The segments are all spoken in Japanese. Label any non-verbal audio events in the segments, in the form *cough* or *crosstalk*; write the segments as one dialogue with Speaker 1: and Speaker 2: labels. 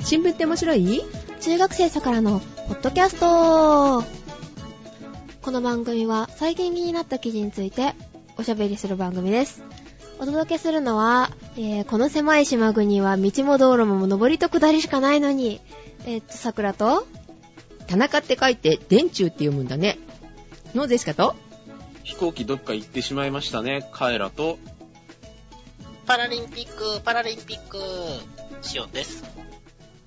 Speaker 1: 新聞って面白い
Speaker 2: 中学生さからのポッドキャストこの番組は最近気になった記事についておしゃべりする番組ですお届けするのは、えーこの狭い島国は道も道路も上りと下りしかないのにえーっと桜と
Speaker 1: 田中って書いて、電柱って読むんだね。のゼシカと、
Speaker 3: 飛行機どっか行ってしまいましたね、カエラと。
Speaker 4: パラリンピック、パラリンピック、シオンです。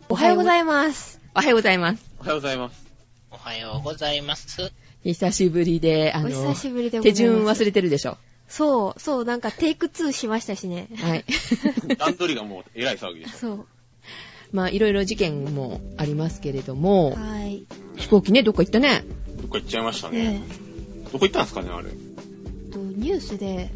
Speaker 2: おはようございます
Speaker 1: おはようございます。
Speaker 3: おはようございます。
Speaker 4: おはようございます。
Speaker 1: 久しぶりで、あ
Speaker 2: お久
Speaker 1: の、
Speaker 2: しぶりでござい
Speaker 1: 手
Speaker 2: ます
Speaker 1: 順忘れてるでしょ。
Speaker 2: そうそうなんかテイク2しましたしね
Speaker 1: はい。 *laughs*
Speaker 3: 段取りがもうえらい騒ぎ
Speaker 2: *laughs*
Speaker 3: でし
Speaker 2: そう
Speaker 1: まあ、いろいろ事件もありますけれども、
Speaker 2: はい
Speaker 1: 飛行機ね、どっか行ったね。
Speaker 3: ょ。どっか行っちゃいましたね。
Speaker 2: ね
Speaker 3: どこ行ったんですかね、あれ。
Speaker 2: えっとニュースで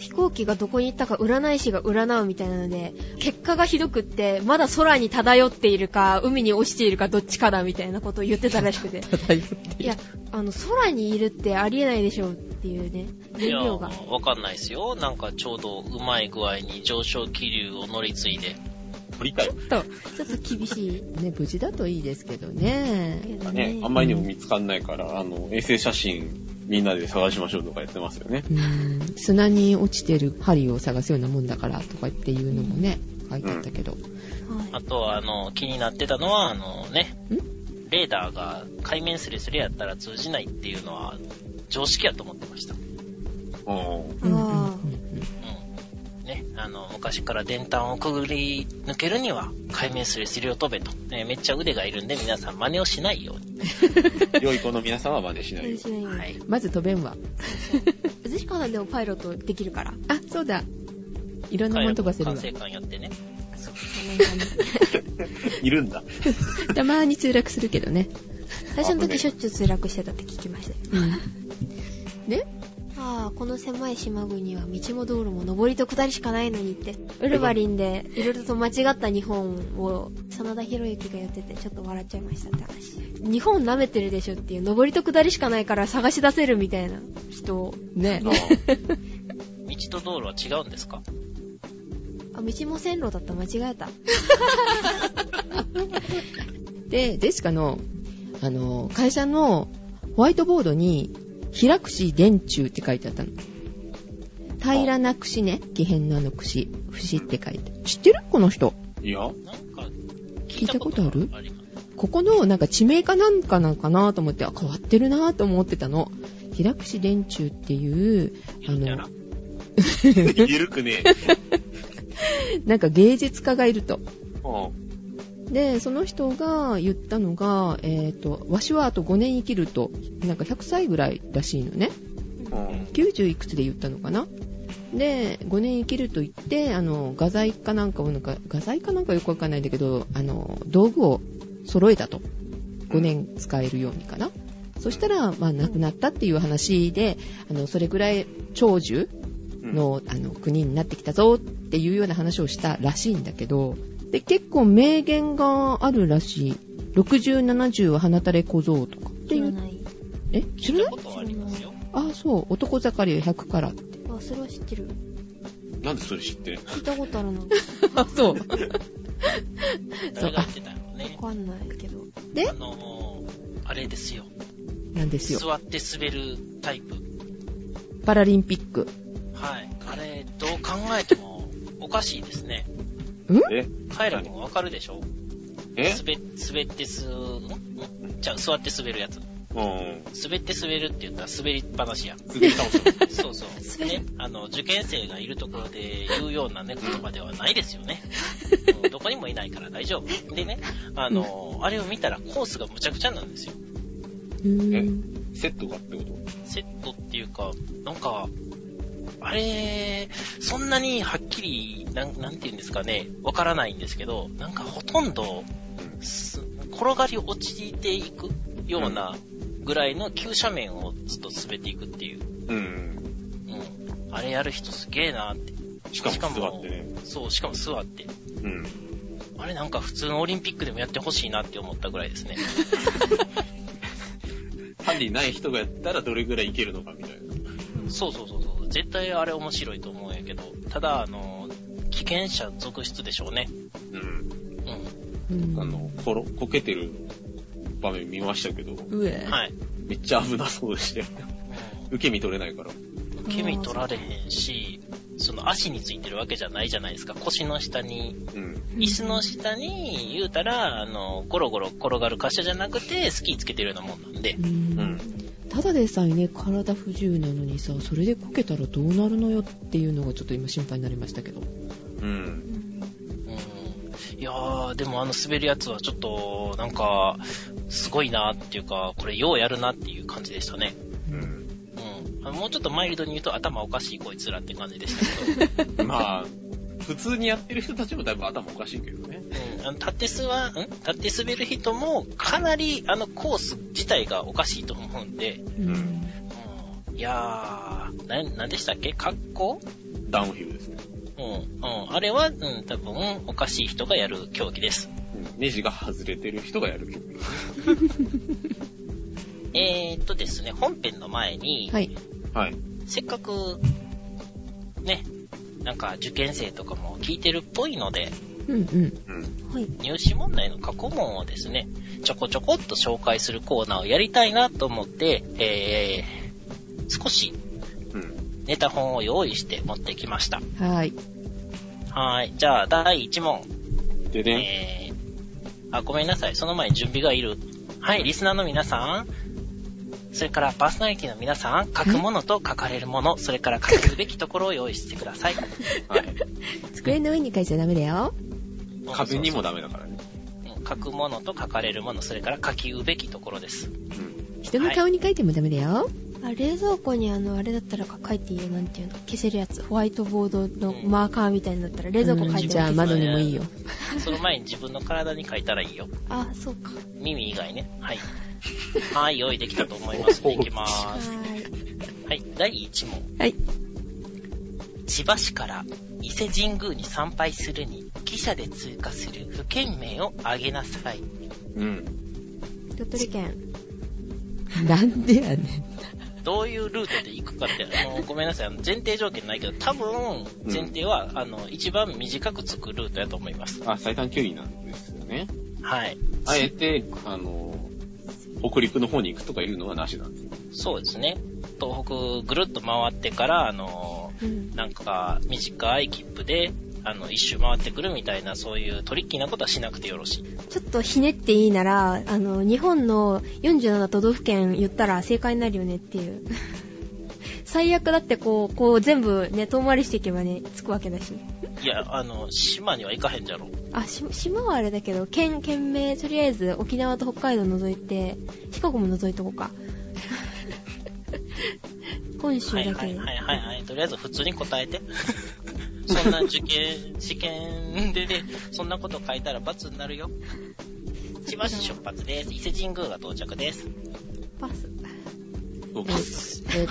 Speaker 2: 飛行機がどこに行ったか占い師が占うみたいなので結果がひどくってまだ空に漂っているか海に落ちているかどっちかだみたいなことを言ってたらしくて
Speaker 1: *laughs*
Speaker 2: いやあの空にいるってありえないでしょうっていうね
Speaker 4: いや、
Speaker 2: 燃料が
Speaker 4: わかんないですよ。なんかちょうどうまい具合に上昇気流を乗り継いで。
Speaker 3: 撮りたいよ。
Speaker 2: ちょっとちょっと厳しい
Speaker 1: ね、無事だといいですけどね。
Speaker 2: けどね
Speaker 3: ね、あんまりにも見つかんないから、あの、衛星写真みんなで探しましょうとかやってますよね。
Speaker 1: うーん砂に落ちてる針を探すようなもんだからとかっていうのもね、書いてあったけど。
Speaker 2: は
Speaker 4: あ
Speaker 2: い
Speaker 4: とは、あの、気になってたのは、あのね、レーダーが海面すれすれやったら通じないっていうのは、常識やと思ってました。
Speaker 3: うん。
Speaker 1: うんうんうん
Speaker 2: あ
Speaker 4: うん。ね、あの、昔から電灯をくぐり抜けるには、海面すれすれを飛べと。ね、めっちゃ腕がいるんで、皆さん真似をしないように。
Speaker 3: 良い子の皆さんは真似しないよ。
Speaker 2: しないよう
Speaker 4: は
Speaker 2: に
Speaker 4: い。
Speaker 1: まず飛べんわ。
Speaker 2: ジェシカさんでもパイロットできるから
Speaker 1: あ、そうだ。いろんなもん飛ばせるわ
Speaker 4: 管。制官やってね。
Speaker 3: いるんだ。
Speaker 1: たまに墜落するけど *laughs* ね。
Speaker 2: 最初の時しょっちゅう墜落してたって聞きましたよ
Speaker 1: ね
Speaker 2: ああこの狭い島国は道も道路も上りと下りしかないのにってウルヴァリンでいろいろと間違った日本を真田広之が言っててちょっと笑っちゃいましたって話日本舐めてるでしょっていう上りと下りしかないから探し出せるみたいな人を
Speaker 1: ね
Speaker 3: あ
Speaker 4: 道と道路は違うんですか
Speaker 2: あ道も線路だった間違えた
Speaker 1: で、デシカの、あの、会社のホワイトボードに、開くし電柱って書いてあったの。平らな櫛ね。木変なあの櫛。節って書いて。知ってるこの人。
Speaker 3: いや、
Speaker 4: なんか、
Speaker 1: 聞いたことある
Speaker 4: あります
Speaker 1: ここのなんか地名かなんかなんかなと思って、あ、変わってるなと思ってたの。平櫛電柱っていう、あ
Speaker 4: や
Speaker 1: の、
Speaker 4: ら
Speaker 3: ゆるくねえ。
Speaker 1: なんか芸術家がいると。
Speaker 3: うん。
Speaker 1: で、その人が言ったのが、えっ、と、わしはあと5年生きると、なんか100歳ぐらいらしいのね。
Speaker 3: うん。
Speaker 1: 90いくつで言ったのかなで5年生きると言ってあの画材かなんかをなんか画材かなんかよくわかんないんだけどあの道具を揃えたと5年使えるようにかな、そしたら、まあ、亡くなったっていう話であのそれぐらい長寿のあの国になってきたぞっていうような話をしたらしいんだけどで結構名言があるらしい6070は放たれ小僧とかって
Speaker 2: 知
Speaker 1: い
Speaker 2: ら
Speaker 1: う
Speaker 2: ない
Speaker 1: え知らない
Speaker 4: ことはありますよ。
Speaker 1: あそう男盛りは100から
Speaker 2: あそれは知ってる
Speaker 3: うん。なんでそれ知ってんの
Speaker 2: 聞いたことあるのわ
Speaker 1: あ *laughs* そうそう
Speaker 4: 誰が言ってたのね。
Speaker 2: かんないけど
Speaker 1: え
Speaker 4: あのー、あれですよ。
Speaker 1: なんですよ。
Speaker 4: 座って滑るタイプ。
Speaker 1: パラリンピック。
Speaker 4: はい。あれ、どう考えてもおかしいです
Speaker 1: *laughs*
Speaker 4: ね。
Speaker 3: え
Speaker 4: カエラにもわかるでしょ
Speaker 3: え
Speaker 4: 滑滑ってす、んんじゃあ、座って滑るやつ。
Speaker 3: うん。
Speaker 4: 滑って滑るって言ったら滑りっぱなしや。
Speaker 3: 滑り倒した。
Speaker 4: そうそう。
Speaker 2: 滑る
Speaker 4: ね、あの、受験生がいるところで言うようなね、言葉ではないですよ
Speaker 3: *laughs*
Speaker 4: ね。もうどこにもいないから大丈夫。でね、あの、あれを見たらコースがむちゃくちゃなんですよ。
Speaker 3: えセットがってこと
Speaker 4: セットっていうか、なんか、あれ、そんなにはっきり、なん、なんて言うんですかね、わからないんですけど、なんかほとんど、す転がり落ちていくようなぐらいの急斜面をずっと滑っていくっていう。
Speaker 3: うん。
Speaker 4: うん。あれやる人すげえなって。
Speaker 3: しかも
Speaker 4: しかも
Speaker 3: 座ってね。
Speaker 4: そう、しかも座って。
Speaker 3: うん。
Speaker 4: あれなんか普通のオリンピックでもやってほしいなって思ったぐらいですね。
Speaker 3: 犯人ない人がやったらどれぐらいいけるのかみたいな。
Speaker 4: そうそうそうそう。絶対あれ面白いと思うんやけど、ただ、あの、危険者続出でしょうね。
Speaker 3: うん。
Speaker 4: う
Speaker 1: う
Speaker 4: ん。
Speaker 1: ん
Speaker 3: あの、ころ、こけてる場面見ましたけど、
Speaker 1: うえ。
Speaker 4: はい。
Speaker 3: めっちゃ危なそうでしたよ。 *laughs* 受け身取れないから。
Speaker 4: うん受け身取られへんし、その足についてるわけじゃないじゃないですか。腰の下に、
Speaker 3: うん。
Speaker 4: 椅子の下に、言うたら、あの、ゴロゴロ転がる滑車じゃなくて、スキーつけてるようなもんなんで
Speaker 1: う。ん。ただでさえね、体不自由なのにさ、それでこけたらどうなるのよっていうのがちょっと今心配になりましたけど。
Speaker 3: うん。
Speaker 4: うんいやー、でもあの滑るやつはちょっと、なんか、すごいなっていうか、これようやるなっていう感じでしたね。
Speaker 3: うん。
Speaker 4: うん。あのもうちょっとマイルドに言うと頭おかしいこいつらって感じでしたけど、
Speaker 3: まあ、普通にやってる人たちもだいぶ頭おかしいけどね。
Speaker 4: うん、あの立ってすわ、ん立って滑る人もかなりあのコース自体がおかしいと思うんで、
Speaker 3: ん
Speaker 4: うん、いやー、な、なんでしたっけ格好
Speaker 3: ダウンヒルですね。
Speaker 4: うん、うん。あれは、うん、多分、おかしい人がやる競技です。
Speaker 3: うんネジが外れてる人がやる曲。
Speaker 4: えーっとですね、本編の前に、
Speaker 1: はい。
Speaker 3: はい。
Speaker 4: せっかく、ね、なんか受験生とかも聞いてるっぽいので、
Speaker 1: うんうん。
Speaker 3: うん。
Speaker 2: はい。
Speaker 4: 入試問題の過去問をですね、ちょこちょこっと紹介するコーナーをやりたいなと思って、えー、少し
Speaker 3: うん。
Speaker 4: ネタ本を用意して持ってきました。
Speaker 1: はい。
Speaker 4: はい。じゃあ、第1問。
Speaker 3: でね、
Speaker 4: えー、あ、ごめんなさい。その前に準備がいる。はい、リスナーの皆さん。それからパーソナリティの皆さん、書くものと書かれるもの、それから書くべきところを用意してくだ
Speaker 3: *laughs*
Speaker 4: さい。
Speaker 3: はい。
Speaker 1: 机の上に書いちゃダメだよ。
Speaker 3: 壁にもダメだからね。
Speaker 4: うん書くものと書かれるもの、それから書きうべきところです。
Speaker 3: うん。
Speaker 1: 人の顔に書いてもダメだよ。
Speaker 2: あ冷蔵庫にあのあれだったら書いていいよなんていうの消せるやつホワイトボードのマーカーみたいになったら冷蔵庫書いて
Speaker 1: うん
Speaker 2: る
Speaker 1: じゃあ窓にもいい *laughs* よ。
Speaker 4: その前に自分の体に書いたらいいよ。
Speaker 2: あそうか
Speaker 4: 耳以外ね。はい。はい、用意できたと思います。いきま
Speaker 2: は
Speaker 4: ーす。
Speaker 2: ーい
Speaker 4: はい、第1問。
Speaker 1: はい。
Speaker 4: 千葉市から伊勢神宮に参拝するに、汽車で通過する府県名を挙げなさい。
Speaker 3: うん。
Speaker 2: 鳥取県
Speaker 1: なんでやねん。
Speaker 4: どういうルートで行くかって、あの、ごめんなさい、あの前提条件ないけど、多分、前提は、あの、一番短くつくルートやと思います。
Speaker 3: あ、最短距離なんですよね。
Speaker 4: はい。
Speaker 3: あえて、あの、北陸の方に行くとかいうのはなしなんですよ。
Speaker 4: そうですね。東北ぐるっと回ってから、あの、
Speaker 2: うん
Speaker 4: なんか短い切符で、あの、一周回ってくるみたいな、そういうトリッキーなことはしなくてよろしい。
Speaker 2: ちょっとひねっていいならあの日本の47都道府県言ったら正解になるよねっていう *laughs* 最悪だってこうこう全部ね遠回りしていけばねつくわけだし
Speaker 4: いや、あの、島には行かへんじゃろ。
Speaker 2: あし島はあれだけど県県名とりあえず沖縄と北海道除いて四国も除いとこう
Speaker 4: *laughs*
Speaker 2: か本州
Speaker 4: は
Speaker 2: だけ
Speaker 4: いはい
Speaker 2: で
Speaker 4: はいはいはい。とりあえず普通に答えて。 *laughs* そんな受験、試験で、ね、そんなこと書いたら罰になるよ。千葉市出発です。伊勢神宮が到着です。
Speaker 2: パス
Speaker 3: そう
Speaker 1: ええ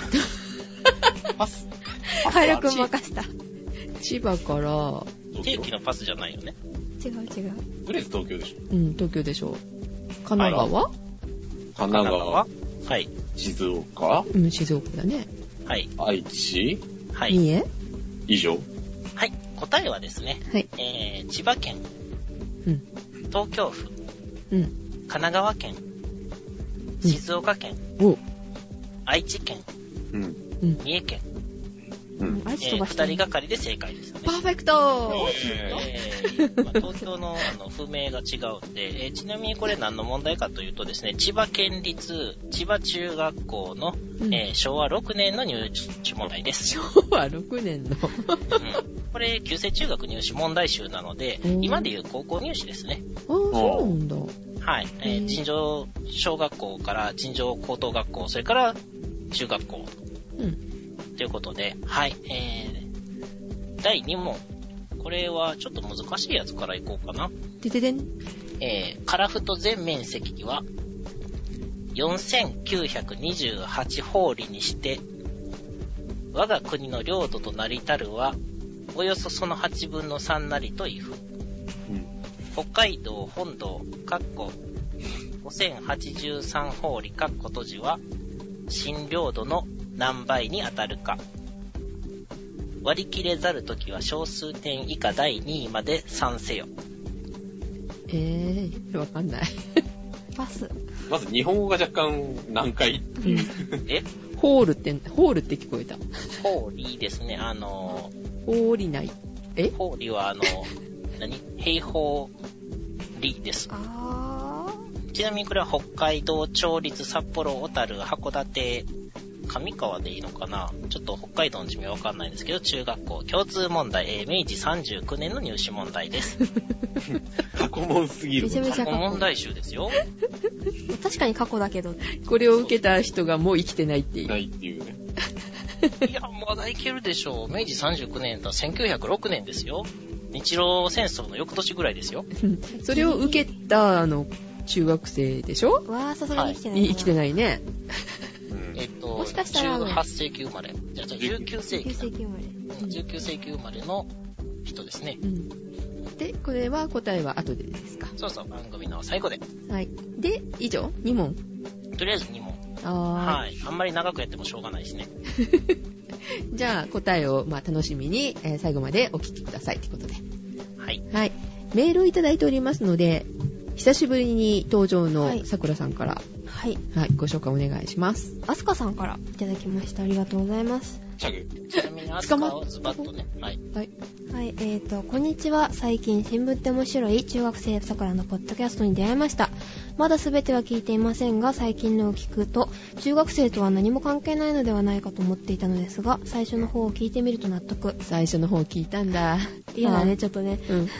Speaker 1: っ
Speaker 3: パス。
Speaker 2: 快楽を任せた
Speaker 1: と、千葉から、
Speaker 4: 定
Speaker 3: 東
Speaker 4: 期
Speaker 3: 京
Speaker 4: のパスじゃないよね。
Speaker 2: 違う違う
Speaker 3: とりあえず東京でしょ。
Speaker 1: うん、東京でしょ。神奈川、
Speaker 3: 神奈川、
Speaker 4: はい。
Speaker 3: 静岡、
Speaker 1: うん、静岡だね。
Speaker 4: はい。
Speaker 3: 愛知、
Speaker 4: は
Speaker 1: 三
Speaker 4: い。
Speaker 1: 重
Speaker 3: 以上。
Speaker 4: はい。答えはですね、
Speaker 1: はい。
Speaker 4: えー、千葉県、
Speaker 1: うん。
Speaker 4: 東京府、
Speaker 1: うん。
Speaker 4: 神奈川県、静岡県、
Speaker 1: お
Speaker 4: 愛知県、
Speaker 3: うん。
Speaker 1: うん。
Speaker 4: 三重県、
Speaker 3: うん。
Speaker 2: アイ
Speaker 4: え
Speaker 2: ス飛
Speaker 4: ー、
Speaker 2: ばして
Speaker 4: 二人
Speaker 2: る
Speaker 4: がかりで正解ですね。
Speaker 1: パーフェクト
Speaker 4: えーまあ東京のあの不明が違うんで、えーちなみにこれ何の問題かというとですね、千葉県立千葉中学校の、
Speaker 1: うん *laughs*
Speaker 4: えー昭和6年の入試問題です。
Speaker 1: 昭和6年の。
Speaker 4: うんこれ、旧制中学入試問題集なので
Speaker 1: お、ー
Speaker 4: 今でいう高校入試ですね。
Speaker 1: ああ、そうなんだ。
Speaker 4: はい。えー
Speaker 1: うん
Speaker 4: 尋常小学校から尋常高等学校、それから中学校
Speaker 1: うん。
Speaker 4: ということで、はい。えー第2問。これはちょっと難しいやつからいこうかな。
Speaker 1: てててん。
Speaker 4: えー、カラフト全面積は、4928法里にして、我が国の領土となりたるは、およそその8分の3なりというふ。
Speaker 3: うん。
Speaker 4: 北海道本土、かっこ、5083法里、かっこ閉じは、新領土の何倍に当たるか。割り切れざるときは小数点以下第2位まで算せよ。え
Speaker 1: えー、わかんない。
Speaker 2: バス。
Speaker 3: まず日本語が若干難解。
Speaker 4: え
Speaker 1: *laughs* ホールって、ホールって聞こえた。
Speaker 4: ホーリーですね。あの、
Speaker 1: ホーリない。え
Speaker 4: ホーリーはあの、何平方リーです。
Speaker 2: あ
Speaker 4: ちなみにこれは北海道、調律、札幌、小樽、函館、上川でいいのかなちょっと北海道の地名わかんないんですけど、中学校共通問題、えー明治39年の入試問題です。
Speaker 2: *laughs*
Speaker 3: 過去問すぎ
Speaker 2: ー。
Speaker 3: る
Speaker 2: め。ちゃめちゃ
Speaker 4: 過
Speaker 2: 過
Speaker 4: 去問
Speaker 2: 去。
Speaker 4: 題集
Speaker 2: *laughs*
Speaker 4: ですよ。
Speaker 2: 確かに過去だけど。
Speaker 1: これを受けた人がもう生きてないってい
Speaker 3: な
Speaker 1: う。
Speaker 3: いっていうね。
Speaker 4: いや、まだいけるでしょう。明治39年だったら1906年ですよ。日露戦争の翌年ぐらいですよ。
Speaker 1: それを受けた、あの、中学生でしょ
Speaker 2: わー、さすがに生きてない
Speaker 1: い生きて
Speaker 2: い。
Speaker 1: ないね。
Speaker 3: うん
Speaker 4: えっと、
Speaker 2: もしかしたら
Speaker 4: 18世紀生まれ。じゃあ、じゃあ19世
Speaker 2: 9
Speaker 4: 紀だ
Speaker 2: 世。紀生まれ。
Speaker 4: うん19世紀生まれの人ですね。
Speaker 1: うん。で、これは答えは後でですか。
Speaker 4: そうそう、番組の最後で。
Speaker 1: はい。で、以上 ?2 問。
Speaker 4: とりあえず2問。
Speaker 1: あ
Speaker 4: はい。あんまり長くやってもしょうがないですね。
Speaker 1: ーじゃあ、答えを、まあ、楽しみに、えー最後までお聞きくださいってことで。
Speaker 4: はい。
Speaker 1: はい。メールをいただいておりますので、久しぶりに登場
Speaker 2: は
Speaker 1: の
Speaker 2: い
Speaker 1: さくらさんから、
Speaker 2: はい。
Speaker 1: はい、ご紹介お願いします。
Speaker 2: アスカさんからいただきました。ありがとうございます。
Speaker 3: チャグ。
Speaker 4: ちなみに、アスカはズバッとね。はい。
Speaker 2: はい、えーと、こんにちは。最近新聞って面白い中学生さくらのポッドキャストに出会いました。まだ全ては聞いていませんが、最近のを聞くと、中学生とは何も関係ないのではないかと思っていたのですが、最初の方を聞いてみると納得。
Speaker 1: 最初の方聞いたんだ。
Speaker 2: 嫌だ
Speaker 1: は
Speaker 2: ね、
Speaker 1: い。
Speaker 2: ちょっとね。
Speaker 1: うん。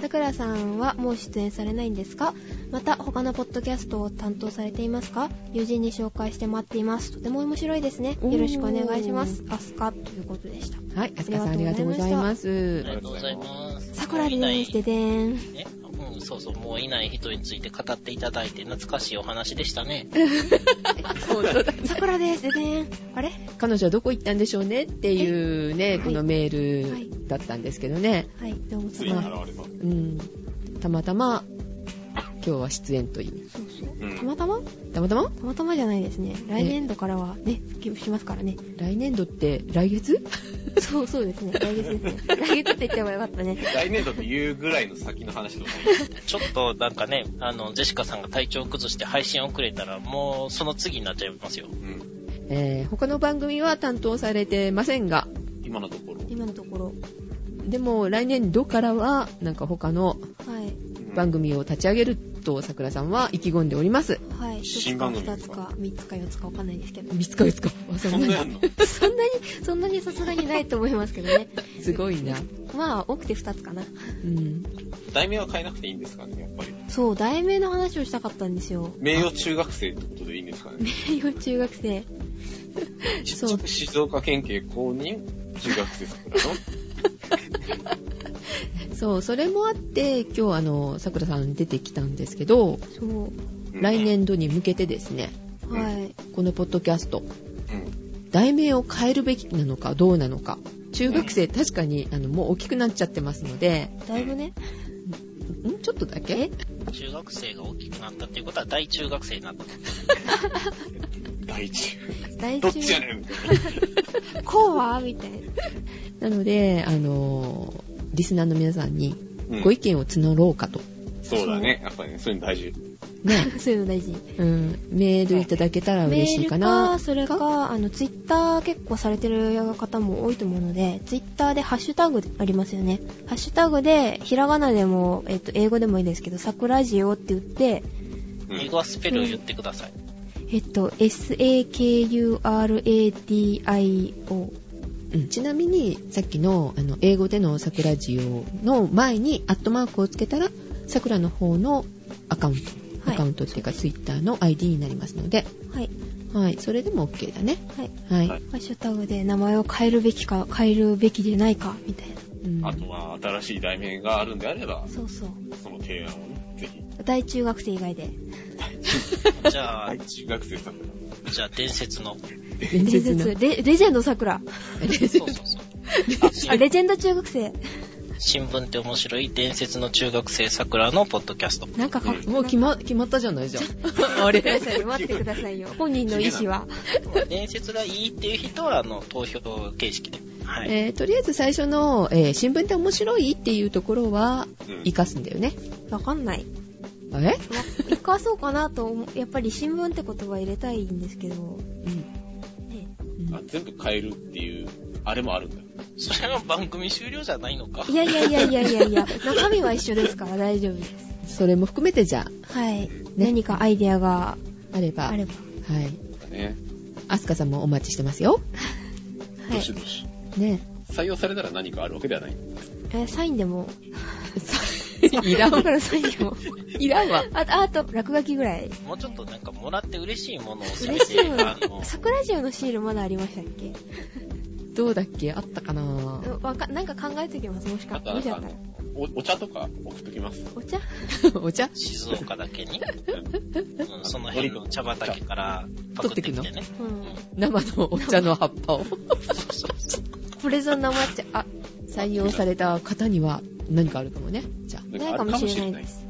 Speaker 2: さくらさんはもう出演されないんですかまた他のポッドキャストを担当されていますか友人に紹介して待っています。とても面白いですね。よろしくお願いします。アスカということでした。
Speaker 1: はい、あすかさんありがとうございます
Speaker 4: あり。がとうございます。
Speaker 2: さくらで
Speaker 4: もうい
Speaker 2: ー
Speaker 4: な
Speaker 2: す。
Speaker 4: い
Speaker 2: ででーん。
Speaker 4: ね、うん、そうそう、もういない人について語っていただいて、懐かしいお話でしたね。
Speaker 1: 本当だ
Speaker 2: さくらです。ででーん。あれ
Speaker 1: *laughs* 彼女はどこ行ったんでしょうねっていうね、
Speaker 2: え
Speaker 1: このメールだったんですけどね。
Speaker 2: はい、どうも
Speaker 3: つ
Speaker 2: さ
Speaker 3: いに
Speaker 2: ま
Speaker 3: 現
Speaker 2: そう
Speaker 3: れた。
Speaker 1: うん。たまたま、今日は出演という。
Speaker 2: そう。
Speaker 3: うん
Speaker 2: たまたま
Speaker 1: たまたま
Speaker 2: たまたまじゃないですね。来年度からはね、復帰しますからね。
Speaker 1: 来年度って来月 *laughs*
Speaker 2: そうそうですね。来月ですね。来月って言ってもよかったね。
Speaker 3: 来年度って言うぐらいの先の話でもない。
Speaker 4: ちょっとなんかね、あの、ジェシカさんが体調崩して配信遅れたら、もうその次になっちゃいますよ。
Speaker 3: うん。
Speaker 1: えー、他の番組は担当されてませんが、
Speaker 3: 今のところ。
Speaker 2: 今のところ。
Speaker 1: でも来年度からは、なんか他の
Speaker 2: はい。
Speaker 1: 番組を立ち上げると、桜さんは意気込んでおります。
Speaker 2: はい。
Speaker 3: 新番組
Speaker 2: 一つか二つか三つか四つかわかんないですけど。
Speaker 1: 見つかるつか。わ
Speaker 3: そ
Speaker 1: そ
Speaker 3: ん
Speaker 1: ん
Speaker 3: な
Speaker 1: な
Speaker 3: や
Speaker 1: に
Speaker 3: んの
Speaker 2: そんなに、そんなにさすがにないと思いますけどね。
Speaker 1: すごいな。
Speaker 2: まあ、多くて二つかな。
Speaker 1: うん。
Speaker 3: 題名は変えなくていいんですかね、やっぱり。
Speaker 2: そう、題名の話をしたかったんですよ。 *laughs*
Speaker 3: 名誉中学生ってことでいいんですかね。
Speaker 2: 栄養中学生。 *laughs* そう
Speaker 3: 静岡県警公認中学
Speaker 2: *laughs*
Speaker 3: 生桜の。
Speaker 1: そう、それもあって、今日あの、桜さん出てきたんですけど、
Speaker 2: そう。
Speaker 3: うん
Speaker 1: 来。年度に向けてですね、
Speaker 2: はい。
Speaker 1: このポッドキャスト、
Speaker 3: うん。
Speaker 1: 題名を変えるべきなのかどうなのか。中学生、確かに、あの、もう大きくなっちゃってますので、
Speaker 2: だいぶね。
Speaker 1: んちょっとだけ
Speaker 4: 中学生が大きくなったっていうことは、大中学生になった。
Speaker 3: 第一。
Speaker 2: 大
Speaker 3: ど
Speaker 2: 中
Speaker 3: っちやねんみたいな。
Speaker 2: こうはみたいな。 *laughs*
Speaker 1: なので、あの、リスナーの皆さんに
Speaker 3: うん
Speaker 1: ご意見を募ろうかと。
Speaker 3: そうだね。やっぱりね、そういうの大事。
Speaker 1: ね。
Speaker 2: そういうの大事。
Speaker 1: うん、メールいただけたら
Speaker 2: メ
Speaker 1: 嬉し
Speaker 2: ー
Speaker 1: い
Speaker 2: ル
Speaker 1: か
Speaker 2: か
Speaker 1: な。
Speaker 2: それか、あの、ツイッター結構されてる方も多いと思うので、ツイッターでハッシュタグありますよね。ハッシュタグで、ひらがなでも、えっと、英語でもいいですけど、桜ジオって言って、
Speaker 3: う
Speaker 4: 英
Speaker 3: ん
Speaker 4: 語。はスペルを言ってください。
Speaker 2: えっと、sakuradio。
Speaker 1: うんちなみに、さっきの、あの、英語での桜ジオの前に、アットマークをつけたら、桜の方のアカウント、
Speaker 2: は
Speaker 1: ア
Speaker 2: い
Speaker 1: カウントっていうか、ツイッターの ID になりますので、
Speaker 2: はい。
Speaker 1: はい、それでも OK だね。
Speaker 2: はい。
Speaker 1: はい。
Speaker 3: はい
Speaker 2: ハッシュタグで名前を変えるべきか、変えるべきでないか、みたいな。
Speaker 1: うん
Speaker 3: あとは、新しい題名があるんであれば、
Speaker 2: そうそう。
Speaker 3: その提案をね、ぜひ。
Speaker 2: 大中学生以外で。
Speaker 4: じゃあ
Speaker 3: 第、一中学生桜。
Speaker 4: じゃあ伝説の。
Speaker 1: 伝
Speaker 2: 伝
Speaker 1: 説の
Speaker 2: 説、レレジェンド *laughs* 桜。
Speaker 1: 伝説
Speaker 4: そうそうそう。
Speaker 2: あ、レジェンド中学生。
Speaker 4: 新聞って面白い伝説の中学生桜のポッドキャスト。
Speaker 2: なんかかっこいい
Speaker 1: もう決ま、決まったじゃないじゃん。あ
Speaker 2: くだ
Speaker 1: れ
Speaker 2: さいよ待ってく *laughs* ださいよ。本人の意思は。
Speaker 4: 伝説がいいっていう人は、あの、投票形式で。はい。
Speaker 1: えーとりあえず最初の、えー新聞って面白いっていうところは
Speaker 3: うん
Speaker 1: 活かすんだよね。
Speaker 2: わかんない。
Speaker 1: え、
Speaker 2: ま生かそうかなと思う、やっぱり新聞って言葉入れたいんですけど、ね、
Speaker 1: うん
Speaker 3: あ全部変えるっていう、あれもあるんだ。
Speaker 4: それは番組終了じゃないのか。
Speaker 2: いやいやいやいやいやいや、中身は一緒ですから大丈夫です。
Speaker 1: それも含めてじゃ
Speaker 2: はい。何かアイデアが
Speaker 1: あ、あれば。
Speaker 2: あれば。
Speaker 1: はい。
Speaker 3: ね。
Speaker 1: アスカさんもお待ちしてますよ。
Speaker 2: は
Speaker 3: ど
Speaker 2: い
Speaker 3: し。どし。
Speaker 1: *laughs* ね。
Speaker 3: 採用されたら何かあるわけではない。
Speaker 2: え、サインでも。
Speaker 1: いらん
Speaker 2: だからサインでも。
Speaker 1: *laughs* いらんわ。
Speaker 2: あと、あと、落書きぐらい。
Speaker 4: もうちょっとなんかもらって嬉しいものをされ
Speaker 2: 嬉しい
Speaker 4: て、
Speaker 2: も
Speaker 4: あの
Speaker 2: の。、桜ジオのシールまだありましたっけ
Speaker 1: どうだっけあったかな
Speaker 2: うんわか、なんか考えときます。もしか、
Speaker 3: あと
Speaker 2: も
Speaker 3: なん
Speaker 2: しあ
Speaker 3: か
Speaker 2: ったら。、
Speaker 3: おお茶とか送っときます。
Speaker 2: お茶
Speaker 1: お茶
Speaker 4: 静岡だけ
Speaker 2: *laughs*
Speaker 4: に、うん、その辺の茶畑からパクってきてね。
Speaker 2: うん。
Speaker 1: 生のお茶の葉っぱを。
Speaker 4: そうそうそう
Speaker 2: これぞ生茶。あ、
Speaker 1: 採用された方には何かあるかもね。じゃあ。
Speaker 2: ないかもしれないで。す。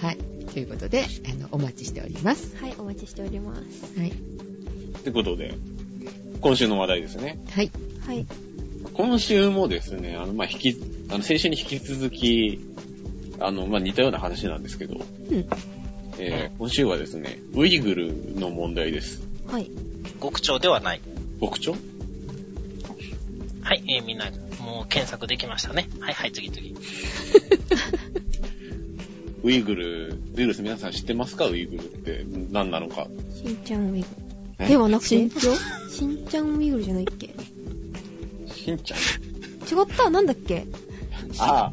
Speaker 1: はい。ということで、あの、お待ちしております。
Speaker 2: はい、お待ちしております。
Speaker 1: はい。
Speaker 3: ってことで、今週の話題ですね。
Speaker 1: はい。
Speaker 2: はい。
Speaker 3: 今週もですね、あの、まあ、引き、あの、先週に引き続き、あの、まあ、似たような話なんですけど、
Speaker 1: ん
Speaker 3: えー今週はですね、ウイグルの問題です。
Speaker 2: はい。
Speaker 4: 極長ではない。
Speaker 3: 牧長
Speaker 4: はい、えーみんな、もう検索できましたね。はいはい、次次。
Speaker 3: ウイグル、ウイグルス皆さん知ってますかウイグルって何なのか。
Speaker 2: しんちゃんウィグル。
Speaker 3: え
Speaker 2: ではなくて、
Speaker 1: 身
Speaker 2: 長しんちゃんウィグルじゃないっけ違
Speaker 3: しんちゃん。
Speaker 2: ったなんだっけ
Speaker 3: ああ、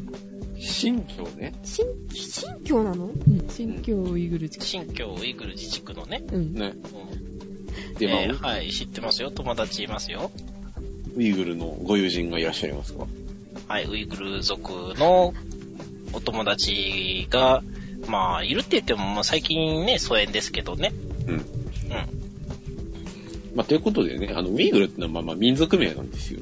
Speaker 3: 新疆ね。
Speaker 2: しん、新教なの。
Speaker 1: 新疆ウイグル地区。
Speaker 4: 新疆ウイグル自治区のね。
Speaker 1: うん。
Speaker 3: ね。
Speaker 4: うん
Speaker 3: で、まあ
Speaker 4: えーはい、知ってますよ。友達いますよ。
Speaker 3: ウイグルのご友人がいらっしゃいますか
Speaker 4: はい、ウイグル族のお友達が、まあ、いるって言っても、まあ、最近ね、疎遠ですけどね。
Speaker 3: うん。
Speaker 4: うん。
Speaker 3: まあ、ということでね、あの、ウイグルってのはまあまあ民族名なんですよ。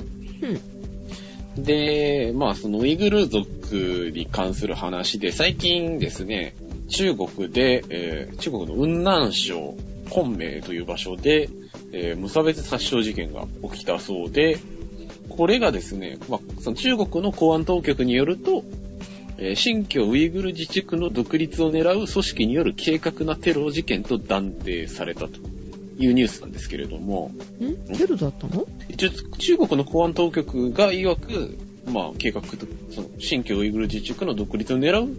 Speaker 1: うん。
Speaker 3: で、まあ、そのウイグル族に関する話で、最近ですね、中雲で、えー中国の雲南省昆明という場所で、えー無差別殺傷事件が起きたそうで、これがですね、まあ、その中国の公安当局によると、えー新疆ウイグル自治区の独立を狙う組織による計画なテロ事件と断定されたというニュースなんですけれども、
Speaker 1: んテロだったの
Speaker 3: 一応中国の公安当局が曰く、まあ、計画と、その、新疆ウイグル自治区の独立を狙う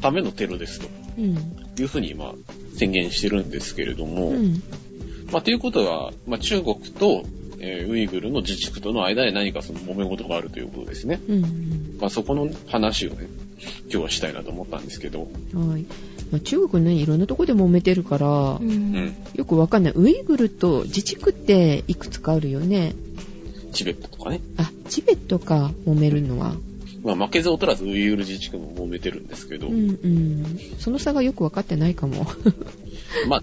Speaker 3: ためのテロですと
Speaker 1: うん。
Speaker 3: いうふうに、まあ、宣言してるんですけれども、
Speaker 1: うん。
Speaker 3: まあ、ということは、まあ、中国と、えーウイグルの自治区との間で何かその揉め事があるということですね。
Speaker 1: うん。
Speaker 3: まあ、そこの話をね、今日はしたいなと思ったんですけど、
Speaker 1: はい。まあ、中国ね、いろんなとこで揉めてるから、
Speaker 3: うんん。
Speaker 1: よくわかんない。ウイグルと自治区っていくつかあるよね。
Speaker 3: チベットとかね。
Speaker 1: あ、チベットか、揉めるのは。
Speaker 3: まあ、負けず劣らずウイグル自治区も揉めてるんですけど、
Speaker 1: うんうん。その差がよくわかってないかも。
Speaker 3: まあ、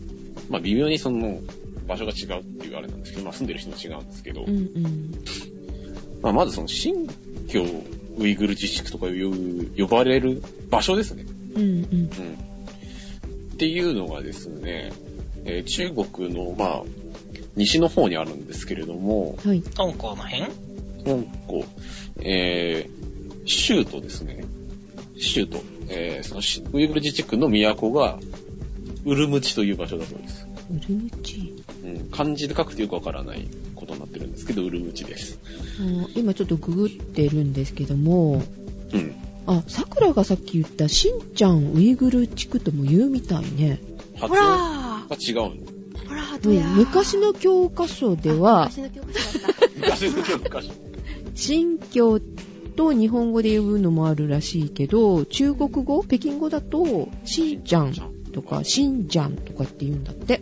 Speaker 3: まあ、微妙にその、場所が違うっていうあれなんですけど、まあ、住んでる人も違うんですけど、
Speaker 1: うんうん。
Speaker 3: まあ、まずその、新疆ウイグル自治区とかいう、呼ばれる場所ですね。
Speaker 1: うんうん。
Speaker 3: うん。っていうのがですね、えー中国の、まあ、西の方にあるんですけれども、
Speaker 1: はい。
Speaker 4: 敦煌の辺
Speaker 3: 香港、えー、州都ですね。州都。えー、そのし、ウイグル自治区の都が、ウルムチという場所だそうです。
Speaker 1: ウルムチ。
Speaker 3: うん、漢字で書くとよくわからないことになってるんですけど、ウルムチです。
Speaker 1: あ今ちょっとググってるんですけども、
Speaker 3: うん。
Speaker 1: あ、桜がさっき言った、しんちゃんウイグル地区とも言うみたいね。
Speaker 3: 発
Speaker 2: ほら
Speaker 3: 音
Speaker 2: ー
Speaker 3: が違うの。
Speaker 2: ほらーど
Speaker 1: う
Speaker 2: うや
Speaker 1: ん
Speaker 2: ー
Speaker 1: 昔の教科書で
Speaker 2: あ
Speaker 1: は、
Speaker 2: 昔の教科書だった。
Speaker 3: 昔の昔。
Speaker 1: 新疆と日本語で言うのもあるらしいけど、中国語、北京語だと、しんちゃんとか、しんじゃんとかって言うんだって。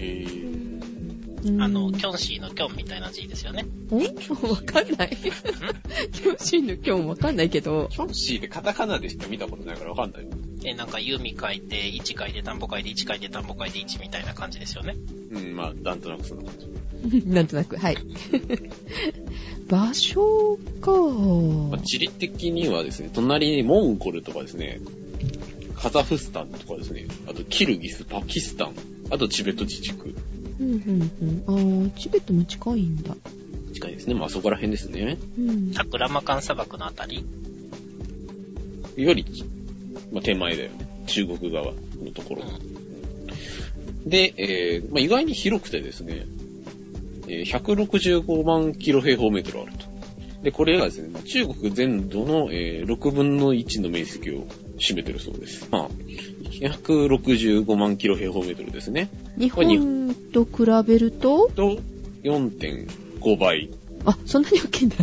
Speaker 3: え
Speaker 2: う
Speaker 3: ー、
Speaker 2: ん
Speaker 1: うん
Speaker 4: あの、キョンシーのキョンみたいな字ですよね。
Speaker 1: ん *laughs* わかんない。教師の今日もわかんないけど、
Speaker 3: キョンシーってカタカナでしか見たことないからわかんない。
Speaker 4: え、なんか弓書いて、1書いて、田んぼ書いて、1書いて、田んぼ書いて、1みたいな感じですよね。
Speaker 3: うん、まあ、なんとなくそんな感じ。
Speaker 1: なんとなく、はい。 *laughs* 場所か。
Speaker 3: まあ、地理的にはですね、隣にモンゴルとかですね、カザフスタンとかですね、あとキルギス、パキスタン、あとチベット自治区。
Speaker 1: うんうんうん。あーチベットも近いんだ。
Speaker 3: 近いですね。まあそこら辺ですね。
Speaker 1: うん
Speaker 4: タクラマカン砂漠のあたり
Speaker 3: より、まあ手前だよね。中国側のところ。で、えーまあ、意外に広くてですね、えー165万キロ平方メートルあると。で、これがですね、まあ中国全土の、えー6分の1の面積を占めてるそうです。まあ、165万キロ平方メートルですね。
Speaker 1: 日本と比べると、
Speaker 3: と、4.5倍。
Speaker 1: あ、そんなに大きいんだ。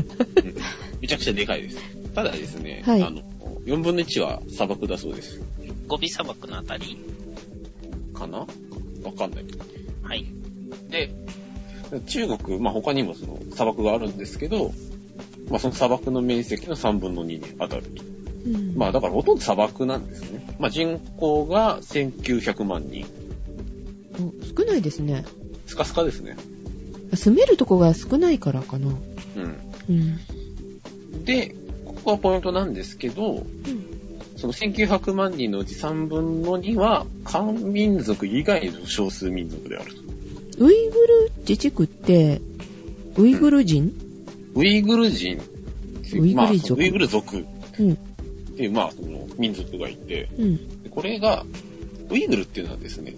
Speaker 3: めちゃくちゃでかいです。ただですね、
Speaker 1: はい
Speaker 3: あの、4分の1は砂漠だそうです。
Speaker 4: ゴビ砂漠のあたり
Speaker 3: かなわかんない。
Speaker 4: はい。
Speaker 3: で、中国、まあ、他にもその砂漠があるんですけど、まあ、その砂漠の面積の3分の2に当たると。
Speaker 1: うん
Speaker 3: まあ、だからほとんど砂漠なんですね。まあ、人口が1900万人。
Speaker 1: お少ないですね。
Speaker 3: スカスカですね。
Speaker 1: 住めるとこが少ないからかな。
Speaker 3: う
Speaker 1: うん。
Speaker 3: ん。で、ここがポイントなんですけど、その1900万人のうち3分の2は、漢民族以外の少数民族であると。
Speaker 1: ウイグル自治区って、ウイグル人、
Speaker 3: ウイグル人、
Speaker 1: ウイグ
Speaker 3: まあ、
Speaker 1: ル族
Speaker 3: ウイグル族っ
Speaker 1: うん、
Speaker 3: ていう、まあ、その民族がいて、
Speaker 1: うん。
Speaker 3: でこれが、ウイグルっていうのはですね、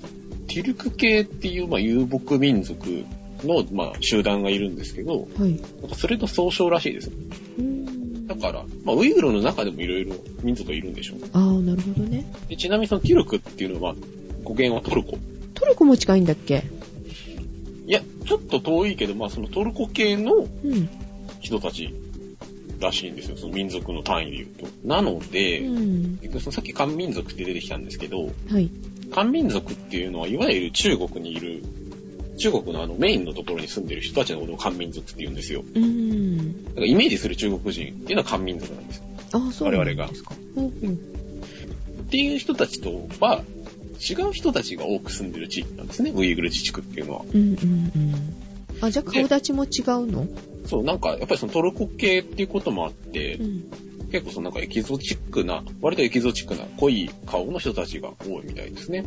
Speaker 3: ティルク系っていう、まあ、遊牧民族の、まあ、集団がいるんですけど、
Speaker 1: はい。
Speaker 3: なんかそれと総称らしいです。
Speaker 1: うん
Speaker 3: だから、まあ、ウイグルの中でもいろいろ民族がいるんでしょうね。
Speaker 1: ああ、なるほどね。
Speaker 3: でちなみにそのティルクっていうのは、まあ語源はトルコ。
Speaker 1: トルコも近いんだっけ
Speaker 3: いや、ちょっと遠いけど、まあ、そのトルコ系の
Speaker 1: うん。
Speaker 3: 人たちらしいんですよ。その民族の単位で言うと。なの
Speaker 1: う
Speaker 3: で、
Speaker 1: ん。
Speaker 3: 結局そのさっき漢民族って出てきたんですけど、
Speaker 1: はい。
Speaker 3: 漢民族っていうのは、いわゆる中国にいる、中国のあのメインのところに住んでる人たちのことを漢民族って言うんですよ。
Speaker 1: うん。
Speaker 3: だからイメージする中国人っていうのは漢民族なんですよ。
Speaker 1: ああ、そうなん
Speaker 3: 我々が
Speaker 1: ですか。うんうん。
Speaker 3: っていう人たちとは、違う人たちが多く住んでる地域なんですね、ウイグル自治区っていうのは。
Speaker 1: うんうんうん。あ、じゃあ顔立ちも違うの
Speaker 3: そう、なんか、やっぱりそのトルコ系っていうこともあって
Speaker 1: う、ん。
Speaker 3: 結構そのなんかエキゾチックな、割とエキゾチックな濃い顔の人たちが多いみたいですね。